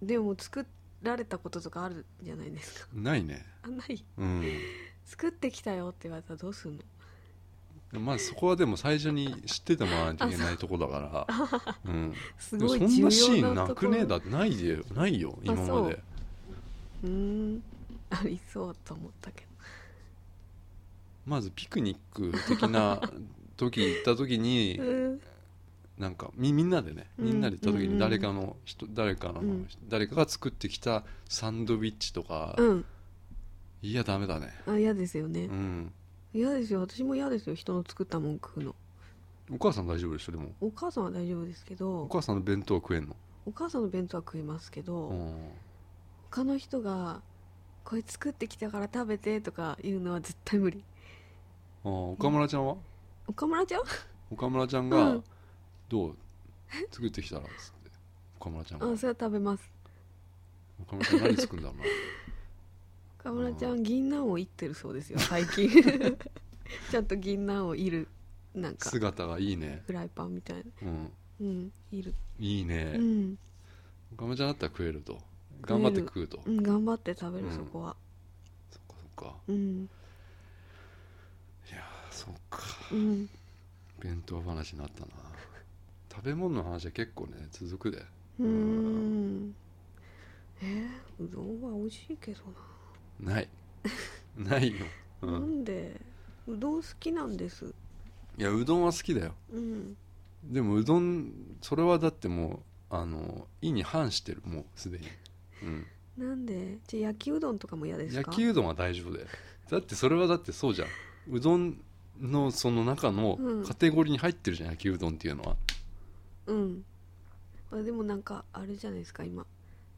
[SPEAKER 1] でも作られたこととかあるじゃないですか
[SPEAKER 2] ないね
[SPEAKER 1] あない
[SPEAKER 2] うん
[SPEAKER 1] 作ってきたよって言われたらどうすんの
[SPEAKER 2] まあそこはでも最初に知っててもらわないといけないとこだ から、うん、
[SPEAKER 1] す
[SPEAKER 2] でも
[SPEAKER 1] ご
[SPEAKER 2] そ
[SPEAKER 1] い
[SPEAKER 2] ん
[SPEAKER 1] 重要
[SPEAKER 2] なシーン
[SPEAKER 1] な
[SPEAKER 2] な
[SPEAKER 1] とこ
[SPEAKER 2] く
[SPEAKER 1] ろ
[SPEAKER 2] ねえだってないでないよ今
[SPEAKER 1] あそ
[SPEAKER 2] ま
[SPEAKER 1] う
[SPEAKER 2] で
[SPEAKER 1] うーんありそうと思ったけ
[SPEAKER 2] まずピクニック的 な時行った時に
[SPEAKER 1] どうん
[SPEAKER 2] なんかみみんなでね
[SPEAKER 1] うん
[SPEAKER 2] みんなで行った時
[SPEAKER 1] うん
[SPEAKER 2] に誰かの人誰か
[SPEAKER 1] う
[SPEAKER 2] の
[SPEAKER 1] ん
[SPEAKER 2] 誰かが作ってきたサンドイッチとか
[SPEAKER 1] うん
[SPEAKER 2] いやダメだね
[SPEAKER 1] あ嫌ですよね
[SPEAKER 2] うん
[SPEAKER 1] 嫌ですよ私も嫌ですよ人の作ったもん食うの
[SPEAKER 2] お母さん大丈夫でしょでも
[SPEAKER 1] お母さんは大丈夫ですけ
[SPEAKER 2] お
[SPEAKER 1] ど
[SPEAKER 2] 母さんの弁当は食えんの
[SPEAKER 1] お母さんの弁当は食いますけど、
[SPEAKER 2] うん
[SPEAKER 1] 他の人が「これ作ってきたから食べて」とか言うのは絶対無理
[SPEAKER 2] あー岡村ちゃんは
[SPEAKER 1] 岡村ちゃん
[SPEAKER 2] 岡村ちゃん
[SPEAKER 1] う
[SPEAKER 2] が
[SPEAKER 1] ん
[SPEAKER 2] どう作ってきたらっつって岡村ちゃんが
[SPEAKER 1] あそれは食べます
[SPEAKER 2] 岡村ちゃん何作るんだろうな
[SPEAKER 1] 岡村ちゃん銀杏をいってるそうですよ最 近ちゃんと銀杏をいるなんか
[SPEAKER 2] 姿がいいね
[SPEAKER 1] フライパンみたいな
[SPEAKER 2] うん
[SPEAKER 1] うんいる
[SPEAKER 2] いいね、
[SPEAKER 1] うん、
[SPEAKER 2] 岡村ちゃんだったら食えると
[SPEAKER 1] 食え
[SPEAKER 2] 頑
[SPEAKER 1] る
[SPEAKER 2] 張って食うと
[SPEAKER 1] うん、頑張って食べる、
[SPEAKER 2] うん
[SPEAKER 1] そこは
[SPEAKER 2] そっかそっか
[SPEAKER 1] うん
[SPEAKER 2] そっか
[SPEAKER 1] うん
[SPEAKER 2] 弁当話になったな食べ物の話は結構ね続くで
[SPEAKER 1] うーんえーうどんは美味しいけど
[SPEAKER 2] ない ないよ、う、
[SPEAKER 1] な、なんんでうどん好きなんです
[SPEAKER 2] いやうどんは好きだよ
[SPEAKER 1] うん
[SPEAKER 2] でもうどんそれはだってもうあの意に反してるもうすでに、うん、
[SPEAKER 1] なんでじゃあ焼きうどんとかも嫌ですか
[SPEAKER 2] 焼きうどんは大丈夫だよだってそれはだってそうじゃんうどんのその中の
[SPEAKER 1] うん
[SPEAKER 2] カテゴリーに入ってるじゃん、焼きうどんっていうのは
[SPEAKER 1] うんあでもなんかあれじゃないですか今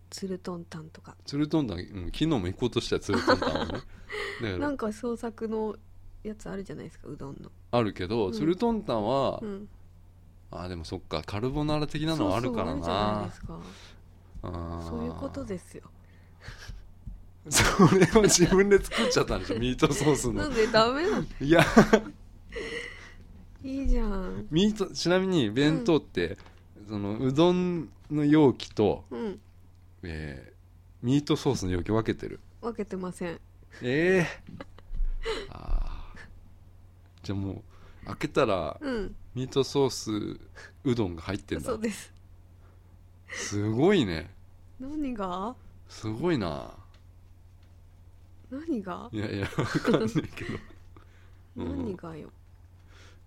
[SPEAKER 1] ツルトンタンとか
[SPEAKER 2] つるとんだん、うん、昨日も行こうとしたつるとんだん はねだか
[SPEAKER 1] な
[SPEAKER 2] ら
[SPEAKER 1] んか創作のやつあるじゃないですかうどんの
[SPEAKER 2] あるけど、
[SPEAKER 1] うん
[SPEAKER 2] つるとんたんは、
[SPEAKER 1] うん
[SPEAKER 2] あでもそっかカルボナーラ的なのはあるから
[SPEAKER 1] そうそうある
[SPEAKER 2] な
[SPEAKER 1] じゃないで
[SPEAKER 2] あ
[SPEAKER 1] す
[SPEAKER 2] ー
[SPEAKER 1] かそういうことですよ
[SPEAKER 2] それを自分で作っちゃったんでしょミートソース
[SPEAKER 1] な
[SPEAKER 2] の
[SPEAKER 1] んでダメなの
[SPEAKER 2] いや
[SPEAKER 1] いいじゃん
[SPEAKER 2] ミートちなみに弁当って、そのうどんの容器と、
[SPEAKER 1] うん
[SPEAKER 2] えーミートソースの容器分けてる
[SPEAKER 1] 分けてません
[SPEAKER 2] ええあーじゃあもう開けたら
[SPEAKER 1] うん
[SPEAKER 2] ミートソースうどんが入ってんだ
[SPEAKER 1] そうです
[SPEAKER 2] すごいね
[SPEAKER 1] 何が
[SPEAKER 2] すごいな
[SPEAKER 1] 何が
[SPEAKER 2] いやいやわかんないけどうん
[SPEAKER 1] 何がよ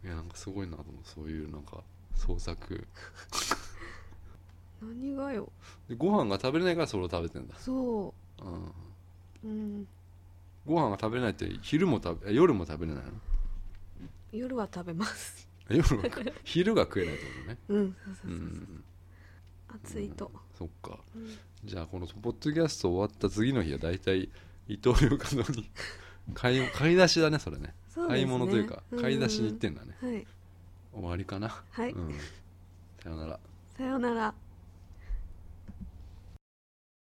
[SPEAKER 2] いやなんかすごいなと思うそういうなんか創作
[SPEAKER 1] 何がよ
[SPEAKER 2] でご飯が食べれないからそれを食べてんだ、
[SPEAKER 1] そ
[SPEAKER 2] うん、
[SPEAKER 1] ううん
[SPEAKER 2] ご飯が食べれないって昼も食べえ夜も食べれないの
[SPEAKER 1] 夜は食べます
[SPEAKER 2] え夜は食え 昼が食えないってことね
[SPEAKER 1] うんそうそうそ
[SPEAKER 2] う
[SPEAKER 1] う、うん暑いと、
[SPEAKER 2] そっか
[SPEAKER 1] うん
[SPEAKER 2] じゃあこのポッドキャスト終わった次の日は大体伊藤洋華堂に 買い買い出しだねそれね
[SPEAKER 1] そうですね
[SPEAKER 2] 買い物というか
[SPEAKER 1] ん
[SPEAKER 2] 買い出しに行ってんだね
[SPEAKER 1] はい
[SPEAKER 2] 終わりかな
[SPEAKER 1] はい、
[SPEAKER 2] うんさよなら
[SPEAKER 1] さようなら